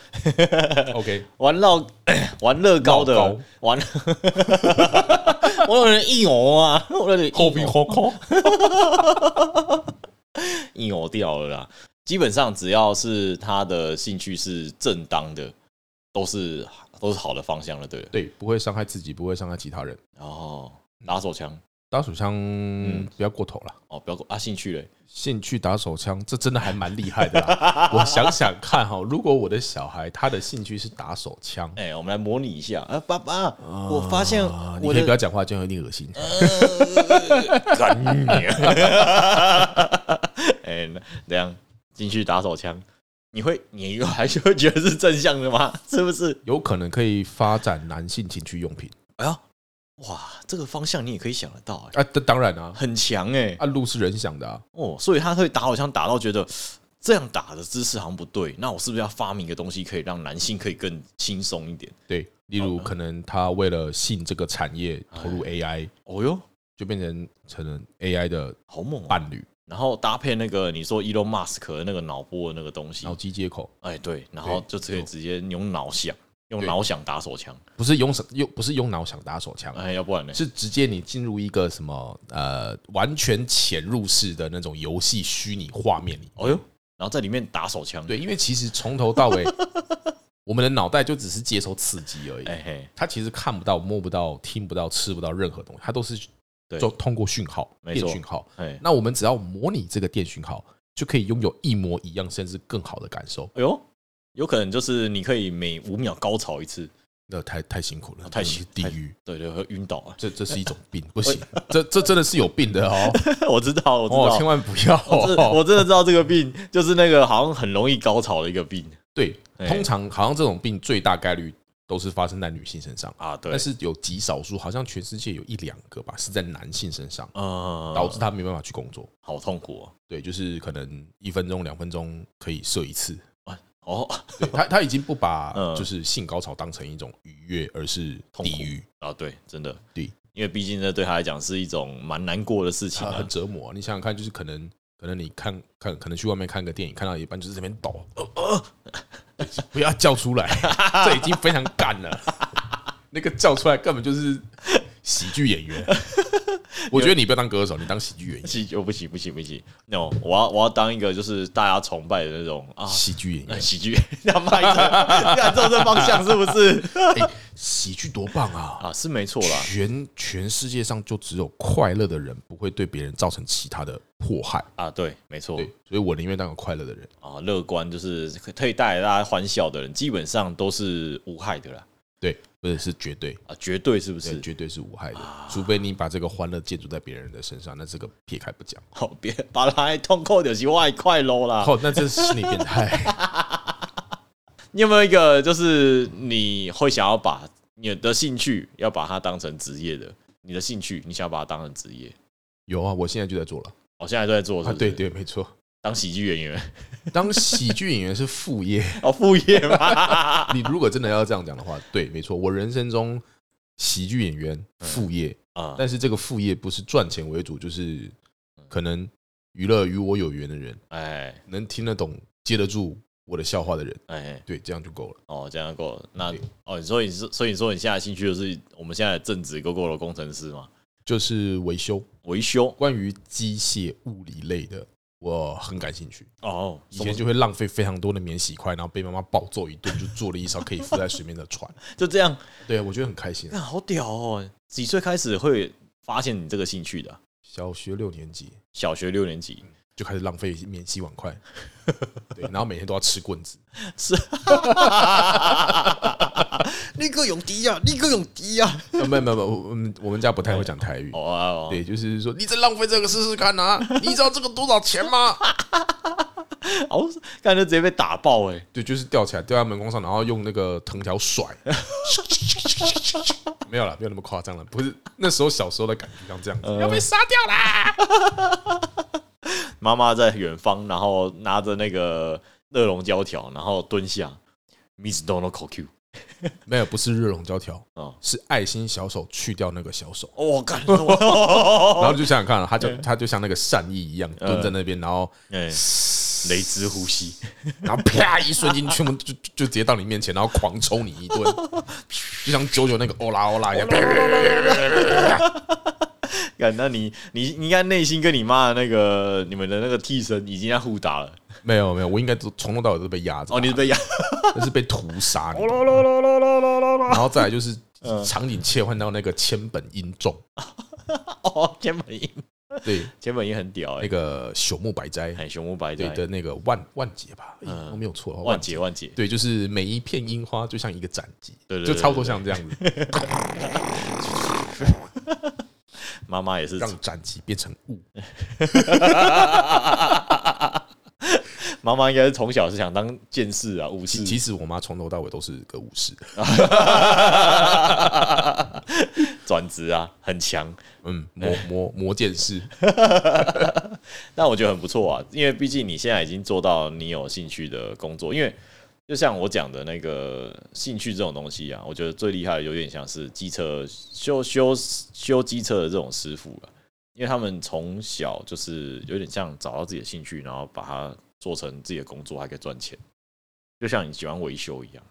Speaker 2: OK
Speaker 1: 玩到 玩乐高
Speaker 2: 乐高
Speaker 1: 的玩， 我有人硬偶啊，我有人硬
Speaker 2: 后壁后空
Speaker 1: 硬偶掉了啦。基本上只要是他的兴趣是正当的，都是都是好的方向了，对了。
Speaker 2: 对，不会伤害自己，不会伤害其他人。
Speaker 1: 哦，打手枪
Speaker 2: 打手枪
Speaker 1: 嗯
Speaker 2: 不要过头了，
Speaker 1: 哦，不要过啊，兴趣嘞，
Speaker 2: 兴趣打手枪这真的还蛮厉害 的啦。我想想看哈，如果我的小孩他的兴趣是打手枪，
Speaker 1: 哎、我们来模拟一下啊，爸爸，我发现
Speaker 2: 啊你
Speaker 1: 我
Speaker 2: 可以
Speaker 1: 的
Speaker 2: 不要讲话，这样有点恶心。
Speaker 1: 干你！啊 哎，那怎样进去打手枪？你会，你还是会觉得是正向的吗？ 是不是？
Speaker 2: 有可能可以发展男性情趣用品
Speaker 1: 哎呀，哇，这个方向你也可以想得到、哎，
Speaker 2: 啊，这当然啊，
Speaker 1: 很强哎、
Speaker 2: 啊路是人想的啊，
Speaker 1: 哦，所以他会打手枪打到觉得这样打的姿势好像不对，那我是不是要发明一个东西可以让男性可以更轻松一点？
Speaker 2: 对，例如可能他为了性这个产业投入 AI，
Speaker 1: 哦哟，
Speaker 2: 就变成成人 AI 的
Speaker 1: 好猛、哦！
Speaker 2: 伴侣，
Speaker 1: 然后搭配那个你说 Elon Musk 的那个脑波的那个东西
Speaker 2: 脑，机接口，
Speaker 1: 哎，对，然后就可以直接用脑想，用
Speaker 2: 对
Speaker 1: 脑想打手枪，
Speaker 2: 不是用手用不是用脑想打手枪，
Speaker 1: 哎，要不然呢？
Speaker 2: 是直接你进入一个什么呃完全潜入式的那种游戏虚拟画面里，
Speaker 1: 哦哟，然后在里面打手枪，
Speaker 2: 哎对，，因为其实从头到尾我们的脑袋就只是接收刺激而已，
Speaker 1: 哎嘿，
Speaker 2: 他其实看不到、摸不到、听不到、吃不到任何东西，他都是
Speaker 1: 对
Speaker 2: 就通过讯号、
Speaker 1: 没
Speaker 2: 电
Speaker 1: 错
Speaker 2: 讯号。
Speaker 1: 哎，
Speaker 2: 那我们只要模拟这个电讯号，就可以拥有一模一样甚至更好的感受。
Speaker 1: 哎呦，有可能就是你可以每五秒高潮一次，
Speaker 2: 那太太辛苦了，
Speaker 1: 哦太
Speaker 2: 这是
Speaker 1: 辛
Speaker 2: 地狱，
Speaker 1: 对对，会晕倒啊！
Speaker 2: 这这是一种病，不行，这这真的是有病的哦，
Speaker 1: 我知道， 我知
Speaker 2: 哦，千
Speaker 1: 道。
Speaker 2: 万不要
Speaker 1: 我真
Speaker 2: 哦。
Speaker 1: 我真的知道这个病，就是那个好像很容易高潮的一个病
Speaker 2: 对，
Speaker 1: 哎
Speaker 2: 通常好像这种病最大概率都是发生在女性身上，
Speaker 1: 啊。对，
Speaker 2: 但是有极少数，好像全世界有一两个吧，是在男性身上，
Speaker 1: 呃，
Speaker 2: 导致他没办法去工作。
Speaker 1: 好痛苦哦
Speaker 2: 对，就是可能一分钟、两分钟可以射一次。
Speaker 1: 哦。哦
Speaker 2: 对他他已经不把
Speaker 1: 嗯
Speaker 2: 就是性高潮当成一种愉悦，而是
Speaker 1: 痛苦
Speaker 2: 地狱，
Speaker 1: 啊，对，真的，
Speaker 2: 对，
Speaker 1: 因为毕竟这对他来讲是一种蛮难过的事情
Speaker 2: 他
Speaker 1: 啊
Speaker 2: 很。折磨啊、你想想看，就是可能可能你看看可能去外面看个电影，看到一半就是这边抖，呃呃，不要叫出来， 这已经非常干了。 那个叫出来根本就是喜剧演员。我觉得你不要当歌手，你当喜剧演 员，
Speaker 1: 喜哦，不行不行不行，no，我 要我要当一个就是大家崇拜的那种啊，
Speaker 2: 喜剧演
Speaker 1: 呃
Speaker 2: 员，
Speaker 1: 喜剧他妈的， 看照这方向是不是
Speaker 2: 哎，喜剧多棒啊！
Speaker 1: 啊？是没错啦，
Speaker 2: 全全世界上就只有快乐的人不会对别人造成其他的迫害，
Speaker 1: 啊，对，没错
Speaker 2: 对，所以我宁愿当个快乐的人。
Speaker 1: 啊，乐观就是可以带来大家欢笑的人，基本上都是无害的啦，
Speaker 2: 对，不是是绝对，
Speaker 1: 啊，绝对是不
Speaker 2: 是
Speaker 1: 是？
Speaker 2: 绝对是无害的，除非你把这个欢乐建筑在别人的身上，那这个撇开不讲。
Speaker 1: 好，别把他痛扣就是外快喽啦。
Speaker 2: 好，那这是心理变态。
Speaker 1: 你有没有一个就是你会想要把你的兴趣要把它当成职业的？你的兴趣你想要把它当成职业？
Speaker 2: 有啊，我现在就在做了。
Speaker 1: 我、现在都在做是
Speaker 2: 啊，
Speaker 1: 不是
Speaker 2: 对，对，没错。
Speaker 1: 当喜剧演员
Speaker 2: 当喜剧演员是副 业，
Speaker 1: 哦，副业嘛。
Speaker 2: 你如果真的要这样讲的话，对，没错。我人生中喜剧演员副业，
Speaker 1: 啊、
Speaker 2: 但是这个副业不是赚钱为主，就是可能娱乐与我有缘的人。
Speaker 1: 哎
Speaker 2: 能听得懂、接得住我的笑话的人，
Speaker 1: 哎
Speaker 2: 对，这样就够了。
Speaker 1: 哦，这样够了。那
Speaker 2: 对
Speaker 1: 哦，所以你是所以你说你现在的兴趣就是我们现在的正职 GoGo 的工程师嘛？
Speaker 2: 就是维修，
Speaker 1: 维修
Speaker 2: 关于机械物理类的，我很感兴趣。
Speaker 1: 哦，
Speaker 2: 以
Speaker 1: 什
Speaker 2: 前
Speaker 1: 么
Speaker 2: 就会浪费非常多的免洗块，然后被妈妈暴揍一顿，就做了一艘可以浮在水面的 船。
Speaker 1: 就这样，
Speaker 2: 对，我觉得很开心。
Speaker 1: 那好屌哦！几岁开始会发现你这个兴趣的啊、
Speaker 2: 小学六年级
Speaker 1: 小学六年 级
Speaker 2: 就开始浪费免洗 碗筷，对，然后每天都要吃棍子。
Speaker 1: 是，
Speaker 4: 你个用迪呀，你个啊用迪呀。
Speaker 2: 呃，没有没有没有，我们我们家不太会讲台语
Speaker 1: 哦。啊哦，
Speaker 2: 对，就是说你在浪费这个试试看啊！你知道这个多少钱吗？
Speaker 1: 哦，感觉直接被打爆哎、
Speaker 2: 对，就是吊起来，吊在门框上，然后用那个藤条甩。没有了，没有那么夸张了，不是那时候小时候的感觉像这样子。要被杀掉啦！
Speaker 1: 妈妈在远方，然后拿着那个热熔胶条，然后蹲下，Miss Donald c o Q
Speaker 2: 没有，不是热熔胶条，
Speaker 1: 哦
Speaker 2: 是爱心小手去掉那个小手，
Speaker 1: 哦，干，然
Speaker 2: 然后就想想看啊，他就他就像那个善意一样蹲在那边，然后
Speaker 1: 哎，嗯雷之呼吸，
Speaker 2: 然后啪一瞬间全部就就就直接到你面前，然后狂抽你一顿，就像九九那个欧哦拉欧
Speaker 1: 哦
Speaker 2: 拉一样。
Speaker 1: 干，那你你你应该内心跟你妈的那个你们的那个替身已经在互打了，
Speaker 2: 没有没有，我应该都从头到尾都是被压着，
Speaker 1: 哦，你是被压，
Speaker 2: 那是被屠杀。你懂吗
Speaker 1: 哦
Speaker 2: 然后再来就是场景切换到那个千本音重，
Speaker 1: 哦，千本樱，
Speaker 2: 对，
Speaker 1: 千本樱很屌哎、
Speaker 2: 那个朽木白斋
Speaker 1: 哎，熊猫白
Speaker 2: 对
Speaker 1: 哉，
Speaker 2: 的那个万万劫吧，哎
Speaker 1: 嗯
Speaker 2: 我没有错，
Speaker 1: 万劫万劫，
Speaker 2: 对，就是每一片樱花就像一个斩击，
Speaker 1: 对对对
Speaker 2: 就差不多像这样子，
Speaker 1: 妈妈也是
Speaker 2: 让斩击变成雾。
Speaker 1: 妈妈应该是从小是想当剑士啊，武士。
Speaker 2: 其实我妈从头到尾都是个武士，
Speaker 1: 转职啊，很强。
Speaker 2: 嗯，魔魔魔剑士，
Speaker 1: 但我觉得很不错啊，因为毕竟你现在已经做到你有兴趣的工作，因为就像我讲的那个兴趣这种东西啊，我觉得最厉害的有点像是机车修修修机车的这种师傅啊，因为他们从小就是有点像找到自己的兴趣，然后把它做成自己的工作，还可以赚钱，就像你喜欢维修一样。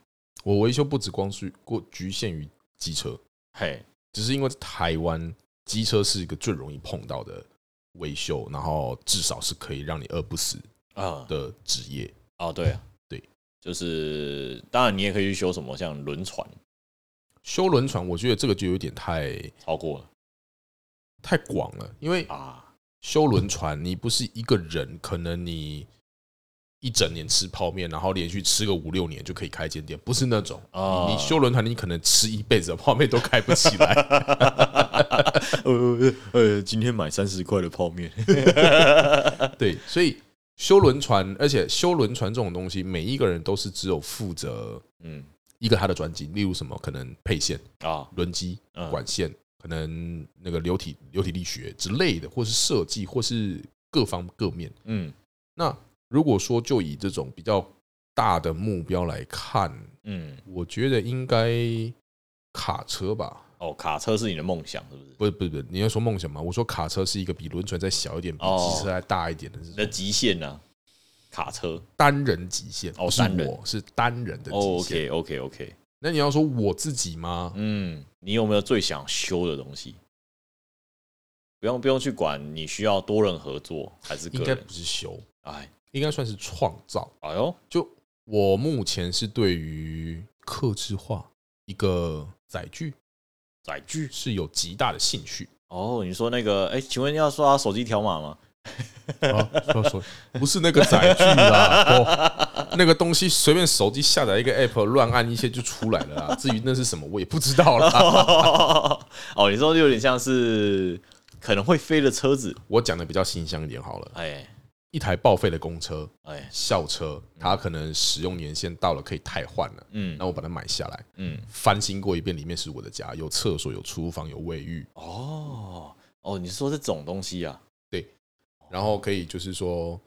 Speaker 2: 我维修不止光是过局限于机车，
Speaker 1: 嘿，
Speaker 2: 只是因为在台湾机车是一个最容易碰到的维修，然后至少是可以让你饿不死
Speaker 1: 啊，
Speaker 2: 的职业。
Speaker 1: 哦，对啊，
Speaker 2: 对，
Speaker 1: 就是当然你也可以去修什么像轮船，
Speaker 2: 修轮船，我觉得这个就有点太
Speaker 1: 超过了
Speaker 2: 太广了，因为
Speaker 1: 啊，
Speaker 2: 修轮船你不是一个人，可能你一整年吃泡面，然后连续吃个五六年就可以开一间店，不是那种。
Speaker 1: 啊
Speaker 2: 你修轮船，你可能吃一辈子的泡面都开不起来。
Speaker 1: 呃呃，今天买三十块的泡面，
Speaker 2: 对，所以修轮船，而且修轮船这种东西，每一个人都是只有负责
Speaker 1: 嗯
Speaker 2: 一个他的专精，例如什么可能配线、
Speaker 1: 啊，
Speaker 2: 轮机
Speaker 1: 嗯、
Speaker 2: 管线，可能那个流体流体力学之类的，或是设计，或是各方各面。
Speaker 1: 嗯
Speaker 2: 那如果说就以这种比较大的目标来看，
Speaker 1: 嗯，
Speaker 2: 我觉得应该卡车吧。
Speaker 1: 哦，卡车是你的梦想是不是？
Speaker 2: 不是不是不是，你要说梦想吗？我说卡车是一个比轮船再小一点，比
Speaker 1: 哦
Speaker 2: 机车还大一点的这种
Speaker 1: 你的极限呢、卡车。
Speaker 2: 单人极限，
Speaker 1: 哦
Speaker 2: 不是
Speaker 1: 单人
Speaker 2: 我是单人的
Speaker 1: 哦
Speaker 2: 极限。
Speaker 1: ，OK OK OK，
Speaker 2: 那你要说我自己吗？
Speaker 1: 嗯，你有没有最想修的东西？不用不用去管，你需要多人合作还是
Speaker 2: 应
Speaker 1: 个
Speaker 2: 该
Speaker 1: 人
Speaker 2: 不？是修，
Speaker 1: 哎
Speaker 2: 应该算是创造。
Speaker 1: 哎呦，
Speaker 2: 就我目前是对于克制化一个载具
Speaker 1: 载具
Speaker 2: 是有极大的 兴趣。
Speaker 1: 哦，你说那个哎、请问要刷手机条码 吗？
Speaker 2: 啊，说说不是那个载具啦，哦，那个东西随便手机下载一个 app 乱按一些就出来了啦。至于那是什么，我也不知 道啦。
Speaker 1: 哦，你说有点像是可能会飞的车子，
Speaker 2: 我讲的比较形象一点好了，
Speaker 1: 哎
Speaker 2: 一台报废的公车、
Speaker 1: 哎，
Speaker 2: 校车，它可能使用年限到了，可以汰换了。
Speaker 1: 嗯
Speaker 2: 那我把它买下来，
Speaker 1: 嗯，
Speaker 2: 翻新过一遍，里面是我的家，有厕所、有厨房、有卫浴，
Speaker 1: 哦哦，你是说这种东西啊？
Speaker 2: 然后可以就是说，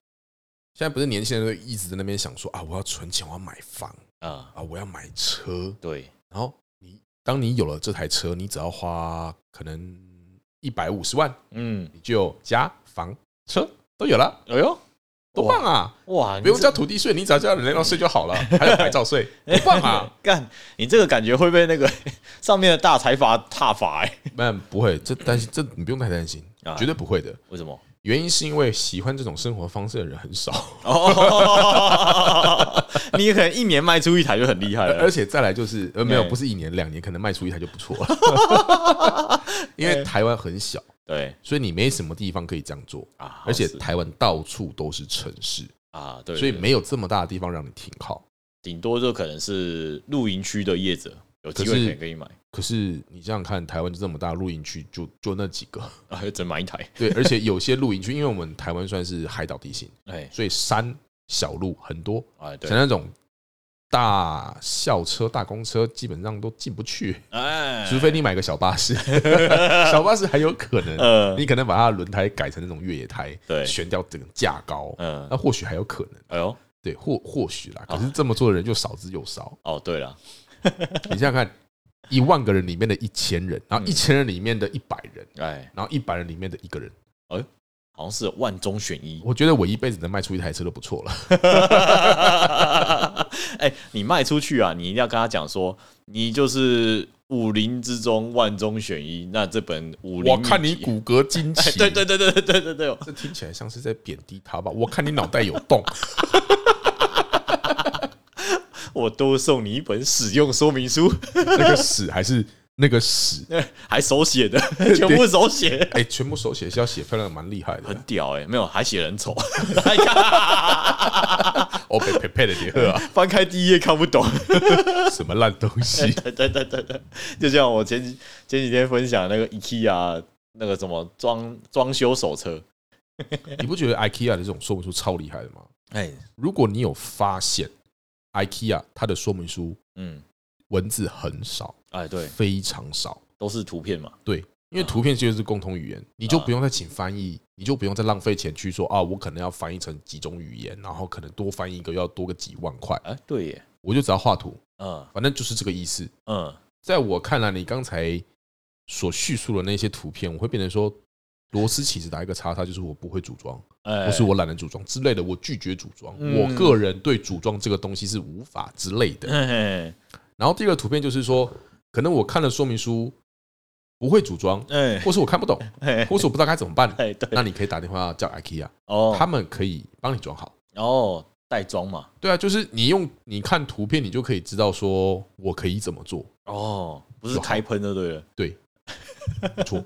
Speaker 2: 现在不是年轻人都一直在那边想说啊，我要存钱，我要买房
Speaker 1: 啊、
Speaker 2: 啊，我要买车，
Speaker 1: 对，
Speaker 2: 然后你当你有了这台车，你只要花可能一百五十万，
Speaker 1: 嗯，
Speaker 2: 你就有家、房、车都有了，
Speaker 1: 哎呦，
Speaker 2: 多棒啊！
Speaker 1: 哇，
Speaker 2: 不用交
Speaker 1: 叫
Speaker 2: 土地税，你只要交人料税就好了，还有牌照税，多棒啊！
Speaker 1: 干，你这个感觉会被那个 上面的大财阀踏伐哎、
Speaker 2: 那不会，这担心这你不用太担心
Speaker 1: 啊，
Speaker 2: 绝对不会的。
Speaker 1: 为什么？
Speaker 2: 原因是因为喜欢这种生活方式的人很少，
Speaker 1: 哦， 你可能一年卖出一台就很厉害
Speaker 2: 而
Speaker 1: 了，
Speaker 2: 且再来就是呃没有
Speaker 1: 对
Speaker 2: 不是一年两年，可能卖出一台就不错了， 因
Speaker 1: 哎
Speaker 2: 为台湾很小，
Speaker 1: 对
Speaker 2: 所以你没什么地方可以这样做，
Speaker 1: 啊，
Speaker 2: 而且
Speaker 1: 是
Speaker 2: 台湾到处都是城市，
Speaker 1: 啊，对，
Speaker 2: 所以
Speaker 1: 对
Speaker 2: 没有这么大的地方让你停靠。
Speaker 1: 顶多就可能是露营区的业者有机
Speaker 2: 可
Speaker 1: 会
Speaker 2: 是
Speaker 1: 可以给你买，
Speaker 2: 可是你想想看，台湾就这么大，露营区就就那几个，
Speaker 1: 啊，只能买一台，
Speaker 2: 对，而且有些露营区，因为我们台湾算是海岛地形，
Speaker 1: 哎
Speaker 2: 所以山小路很多，
Speaker 1: 哎，对，
Speaker 2: 像那种大校车、大公车基本上都进不去，
Speaker 1: 哎，
Speaker 2: 除非你买个小巴士， 小巴士还有可能，
Speaker 1: 呃，
Speaker 2: 你可能把它的轮胎改成那种越野胎，
Speaker 1: 对
Speaker 2: 悬吊整个架高，
Speaker 1: 嗯
Speaker 2: 那，或许还有可能，
Speaker 1: 哎呦，
Speaker 2: 对，或或许啦。
Speaker 1: 啊
Speaker 2: 可是这么做的人又少之又少，
Speaker 1: 哦，对了，
Speaker 2: 你想想看，一万个人里面的一千人，然后
Speaker 1: 嗯
Speaker 2: 一千人里面的一百人，
Speaker 1: 哎，
Speaker 2: 然后一百人里面的一个人，
Speaker 1: 好像是万中选一。
Speaker 2: 我觉得我一辈子能卖出一台车都不错了。
Speaker 1: 哎、你卖出去啊，你一定要跟他讲说，你就是武林之中万中选一。那这本武林，
Speaker 2: 我看你，骨骼惊
Speaker 1: 哎，
Speaker 2: 奇，
Speaker 1: 对对对对对对对对，
Speaker 2: 这听起来像是在贬低他吧？我看你脑袋有洞，
Speaker 1: 我多送你一本使用说明书，
Speaker 2: 那个屎还是那个屎？
Speaker 1: 还手写 的，全部手写，
Speaker 2: 哎、全部手写是要写漂亮，蛮厉害
Speaker 1: 很
Speaker 2: 的。
Speaker 1: 屌哎、没有还写人丑，
Speaker 2: 哦，呸呸呸的叠鹤啊，
Speaker 1: 翻开第一页看不懂。
Speaker 2: 什么烂东西？
Speaker 1: 对对对对对，就像我前几前几天分享那个 IKEA 那个什么装装修手册，
Speaker 2: 你不觉得 IKEA 的这种说明书超厉害的吗？
Speaker 1: 哎，
Speaker 2: 如果你有发现 IKEA 它的说明书
Speaker 1: 嗯，
Speaker 2: 文字很少，
Speaker 1: 哎对，
Speaker 2: 非常少，
Speaker 1: 都是图片嘛，
Speaker 2: 对，因为图片就是共同语言，你就不用再请翻译，你就不用再浪费钱去说啊，我可能要翻译成几种语言，然后可能多翻译一个要多个几万块，
Speaker 1: 哎对耶，
Speaker 2: 我就只要画图，
Speaker 1: 嗯
Speaker 2: 反正就是这个意思。
Speaker 1: 嗯，
Speaker 2: 在我看来，你刚才所叙述的那些图片，我会变成说螺丝起子打一个叉，它就是我不会组装，
Speaker 1: 哎，
Speaker 2: 或是我懒得组装之类的，我拒绝组装，
Speaker 1: 嗯
Speaker 2: 我个人对组装这个东西是无法之类的。
Speaker 1: 哎
Speaker 2: 然后第二个图片就是说，可能我看了说明书不会组装，
Speaker 1: 哎
Speaker 2: 或是我看不懂，
Speaker 1: 哎
Speaker 2: 或是我不知道该怎么办，
Speaker 1: 哎
Speaker 2: 那
Speaker 1: 对，
Speaker 2: 你可以打电话叫 IKEA，
Speaker 1: 哦，
Speaker 2: 他们可以帮你装好。
Speaker 1: 哦带装嘛，
Speaker 2: 对啊，就是你用你看图片，你就可以知道说我可以怎么做。
Speaker 1: 哦，不是开喷就对了，
Speaker 2: 对，
Speaker 1: 没
Speaker 2: 错，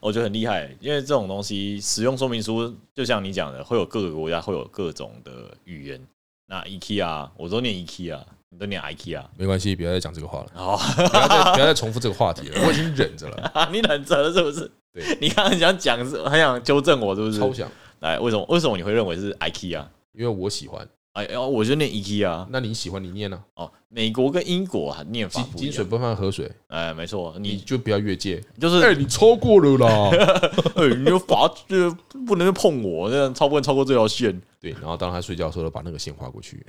Speaker 1: 我觉得很厉害，因为这种东西使用说明书，就像你讲的，会有各个国家会有各种的语言。那 IKEA，我都念 IKEA，你都念 IKEA，
Speaker 2: 没关系，不要再讲这个话了，
Speaker 1: 哦，
Speaker 2: 不要再不要再重复这个话题了，我已经忍着了，
Speaker 1: 你忍着了是不是？
Speaker 2: 对，
Speaker 1: 你刚刚很想讲，很想纠正 我是不
Speaker 2: 超
Speaker 1: 是？
Speaker 2: 想，
Speaker 1: 来，为什么为什么你会认为是 IKEA？
Speaker 2: 因为我喜欢。
Speaker 1: 哎，哦我就念 IKEA
Speaker 2: 那你喜欢你念呢、
Speaker 1: 哦，美国跟英国啊念法
Speaker 2: 金
Speaker 1: 不一
Speaker 2: 金水
Speaker 1: 样。
Speaker 2: 不犯河水，
Speaker 1: 哎，没错，
Speaker 2: 你
Speaker 1: 你
Speaker 2: 就不要越界。
Speaker 1: 就是
Speaker 2: 哎、你超过了啦。
Speaker 1: 哎，你就罚就不能碰我，这样超不能超过这条线。
Speaker 2: 对，然后当他睡觉的时候，把那个线划过去。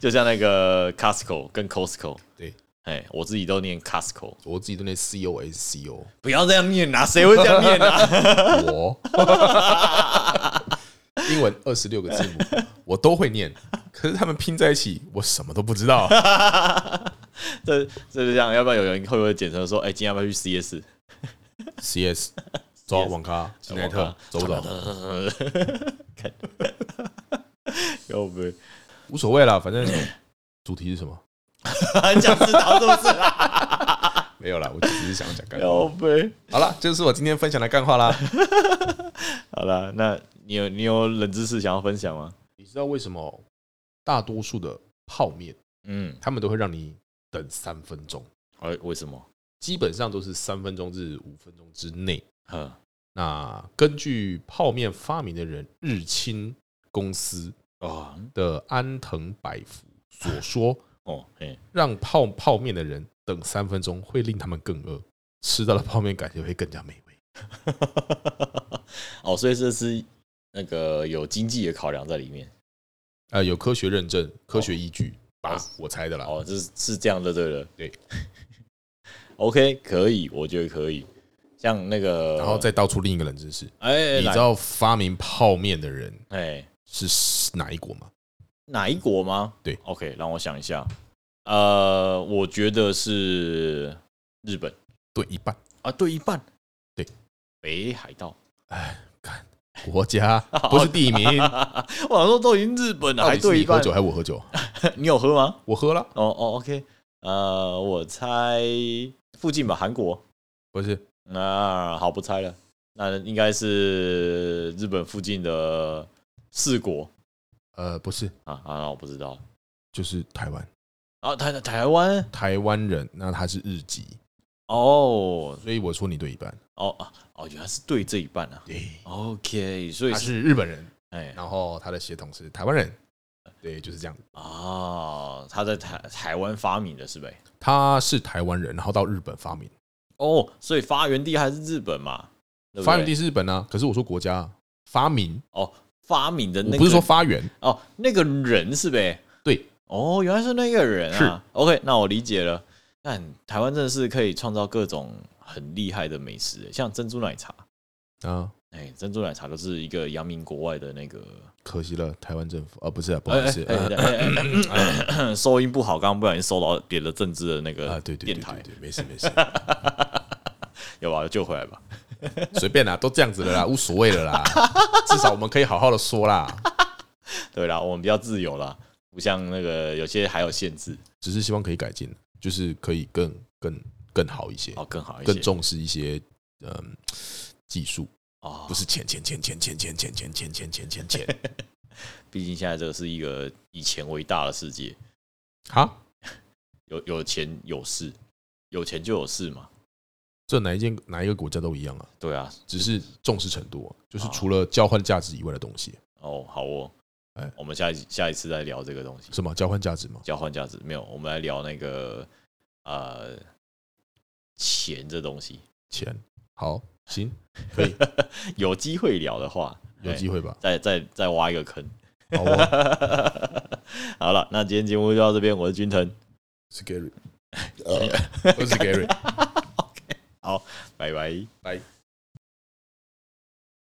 Speaker 1: 就像那个 Costco 跟 Costco，
Speaker 2: 对，
Speaker 1: 哎，我自己都念 Costco，
Speaker 2: 我自己都念 C O S C O，
Speaker 1: 不要这样念啊，谁会这样念啊？
Speaker 2: 我 英文二十六个字母我都会念，可是他们拼在一起，我什么都不知道。
Speaker 1: 这这就这样，要不然有人会不会简称说，哎，今天要不要去 CS？
Speaker 2: C S，走网咖，金奈特，走不走？
Speaker 1: 看，要不
Speaker 2: 无所谓啦，反正主题是什么？
Speaker 1: 很想知道是不是啊？
Speaker 2: 没有啦，我只是想讲干话。
Speaker 1: 要不，
Speaker 2: 好啦，这就是我今天分享的干话啦。
Speaker 1: 好了，那你有你有冷知识想要分享吗？
Speaker 2: 你知道为什么大多数的泡面，
Speaker 1: 嗯，
Speaker 2: 他们都会让你等三分钟，
Speaker 1: 哎，为什么？
Speaker 2: 基本上都是三分钟至五分钟之内。
Speaker 1: 嗯
Speaker 2: 那根据泡面发明的人日清公司
Speaker 1: 哦
Speaker 2: 的安藤百福所 说，
Speaker 1: 哦，哎，
Speaker 2: 让泡泡面的人等三分钟会令他们更饿，吃到的泡面感觉会更加美味。
Speaker 1: 哦，所以这是那个有经济的考量在里面。
Speaker 2: 呃，有科学认证、科学依据吧
Speaker 1: 哦，
Speaker 2: 我猜的啦。
Speaker 1: 哦，这是是这样的，对了，
Speaker 2: 对。
Speaker 1: OK，可以，我觉得可以。像那个，
Speaker 2: 然后再道出另一个冷知识，
Speaker 1: 哎，
Speaker 2: 你
Speaker 1: 来
Speaker 2: 知道发明泡面的人
Speaker 1: 哎
Speaker 2: 是哪一国吗？
Speaker 1: 哪一国吗？
Speaker 2: 对
Speaker 1: ，OK，让我想一下。呃，我觉得是日本
Speaker 2: 对，一半。
Speaker 1: 啊，对一半，
Speaker 2: 对，
Speaker 1: 北海道。
Speaker 2: 哎看 国家不是地名，
Speaker 1: 我想说都已经日本了，
Speaker 2: 到
Speaker 1: 还
Speaker 2: 底是
Speaker 1: 对一
Speaker 2: 你喝
Speaker 1: 半，
Speaker 2: 酒还是我喝酒？
Speaker 1: 你有喝吗？
Speaker 2: 我喝了，
Speaker 1: 哦哦，OK，呃，我猜附近吧，韩国。
Speaker 2: 不是
Speaker 1: 那、好，不猜了，那应该是日本附近的四国
Speaker 2: 呃，不是，
Speaker 1: 啊啊，那我不知道
Speaker 2: 就是台湾
Speaker 1: 啊，台台湾
Speaker 2: 台湾人，那他是日籍，
Speaker 1: 哦
Speaker 2: 所以我说你对一半。
Speaker 1: 哦啊哦，原来是对这一半啊。
Speaker 2: 对，
Speaker 1: OK，所以
Speaker 2: 他
Speaker 1: 是
Speaker 2: 是日本人，
Speaker 1: 哎
Speaker 2: 然后他的血统是台湾人，对，就是这样。
Speaker 1: 哦，他在台台湾发明的是呗？
Speaker 2: 他是台湾人，然后到日本发明，
Speaker 1: 哦，所以发源地还是日本嘛？对不对
Speaker 2: 发源地是日本啊。可是我说国家啊发明，
Speaker 1: 哦，发明的那
Speaker 2: 我
Speaker 1: 个
Speaker 2: 不是说发源，
Speaker 1: 哦，那个人是呗？
Speaker 2: 对，
Speaker 1: 哦，原来是那个人啊
Speaker 2: 是。
Speaker 1: OK，那我理解了。但台湾真的是可以创造各种很厉害的美食，欸像珍珠奶茶。
Speaker 2: 啊，
Speaker 1: 哎、珍珠奶茶就是一个扬名国外的那个，
Speaker 2: 可惜了，台湾政府啊，不是啊，不好意思，
Speaker 1: 哎哎
Speaker 2: 呃
Speaker 1: 哎哎哎哎 收音不好，刚刚不小心收到别的政治的那个
Speaker 2: 啊，对对对
Speaker 1: 电台
Speaker 2: 对，对，没事没事，
Speaker 1: 有吧？救回来吧。
Speaker 2: 随便啦，都这样子了啦，无所谓了啦，至少我们可以好好的说啦，
Speaker 1: 对啦，我们比较自由啦，不像那个有些还有限制，
Speaker 2: 只是希望可以改进，就是可以更更更好一些，
Speaker 1: 哦，更好一些，
Speaker 2: 更重视一些嗯技术，
Speaker 1: 哦，
Speaker 2: 不是钱钱钱钱钱钱钱钱钱钱钱钱 钱，
Speaker 1: 毕竟现在这个是一个以钱为大的世界，
Speaker 2: 好，
Speaker 1: 有有钱有势，有钱就有势嘛。
Speaker 2: 这哪一件哪一个国家都一样啊，
Speaker 1: 对啊，
Speaker 2: 只是重视程度啊，就是除了交换价值以外的东西，
Speaker 1: 哦，好哦，
Speaker 2: 哎
Speaker 1: 我们下一下一次再聊这个东西，
Speaker 2: 什么交换价值吗？
Speaker 1: 交换价值没有，我们来聊那个呃钱这东西，
Speaker 2: 钱，好，行，可以，
Speaker 1: 有机会聊的话，
Speaker 2: 有机
Speaker 1: 会
Speaker 2: 会吧，
Speaker 1: 再再再挖一个坑。
Speaker 2: 好哦
Speaker 1: 好了，那今天节目就到这边，我是君腾，
Speaker 2: 呃，scary，我是 Gary。
Speaker 1: 好，拜拜。
Speaker 2: 拜。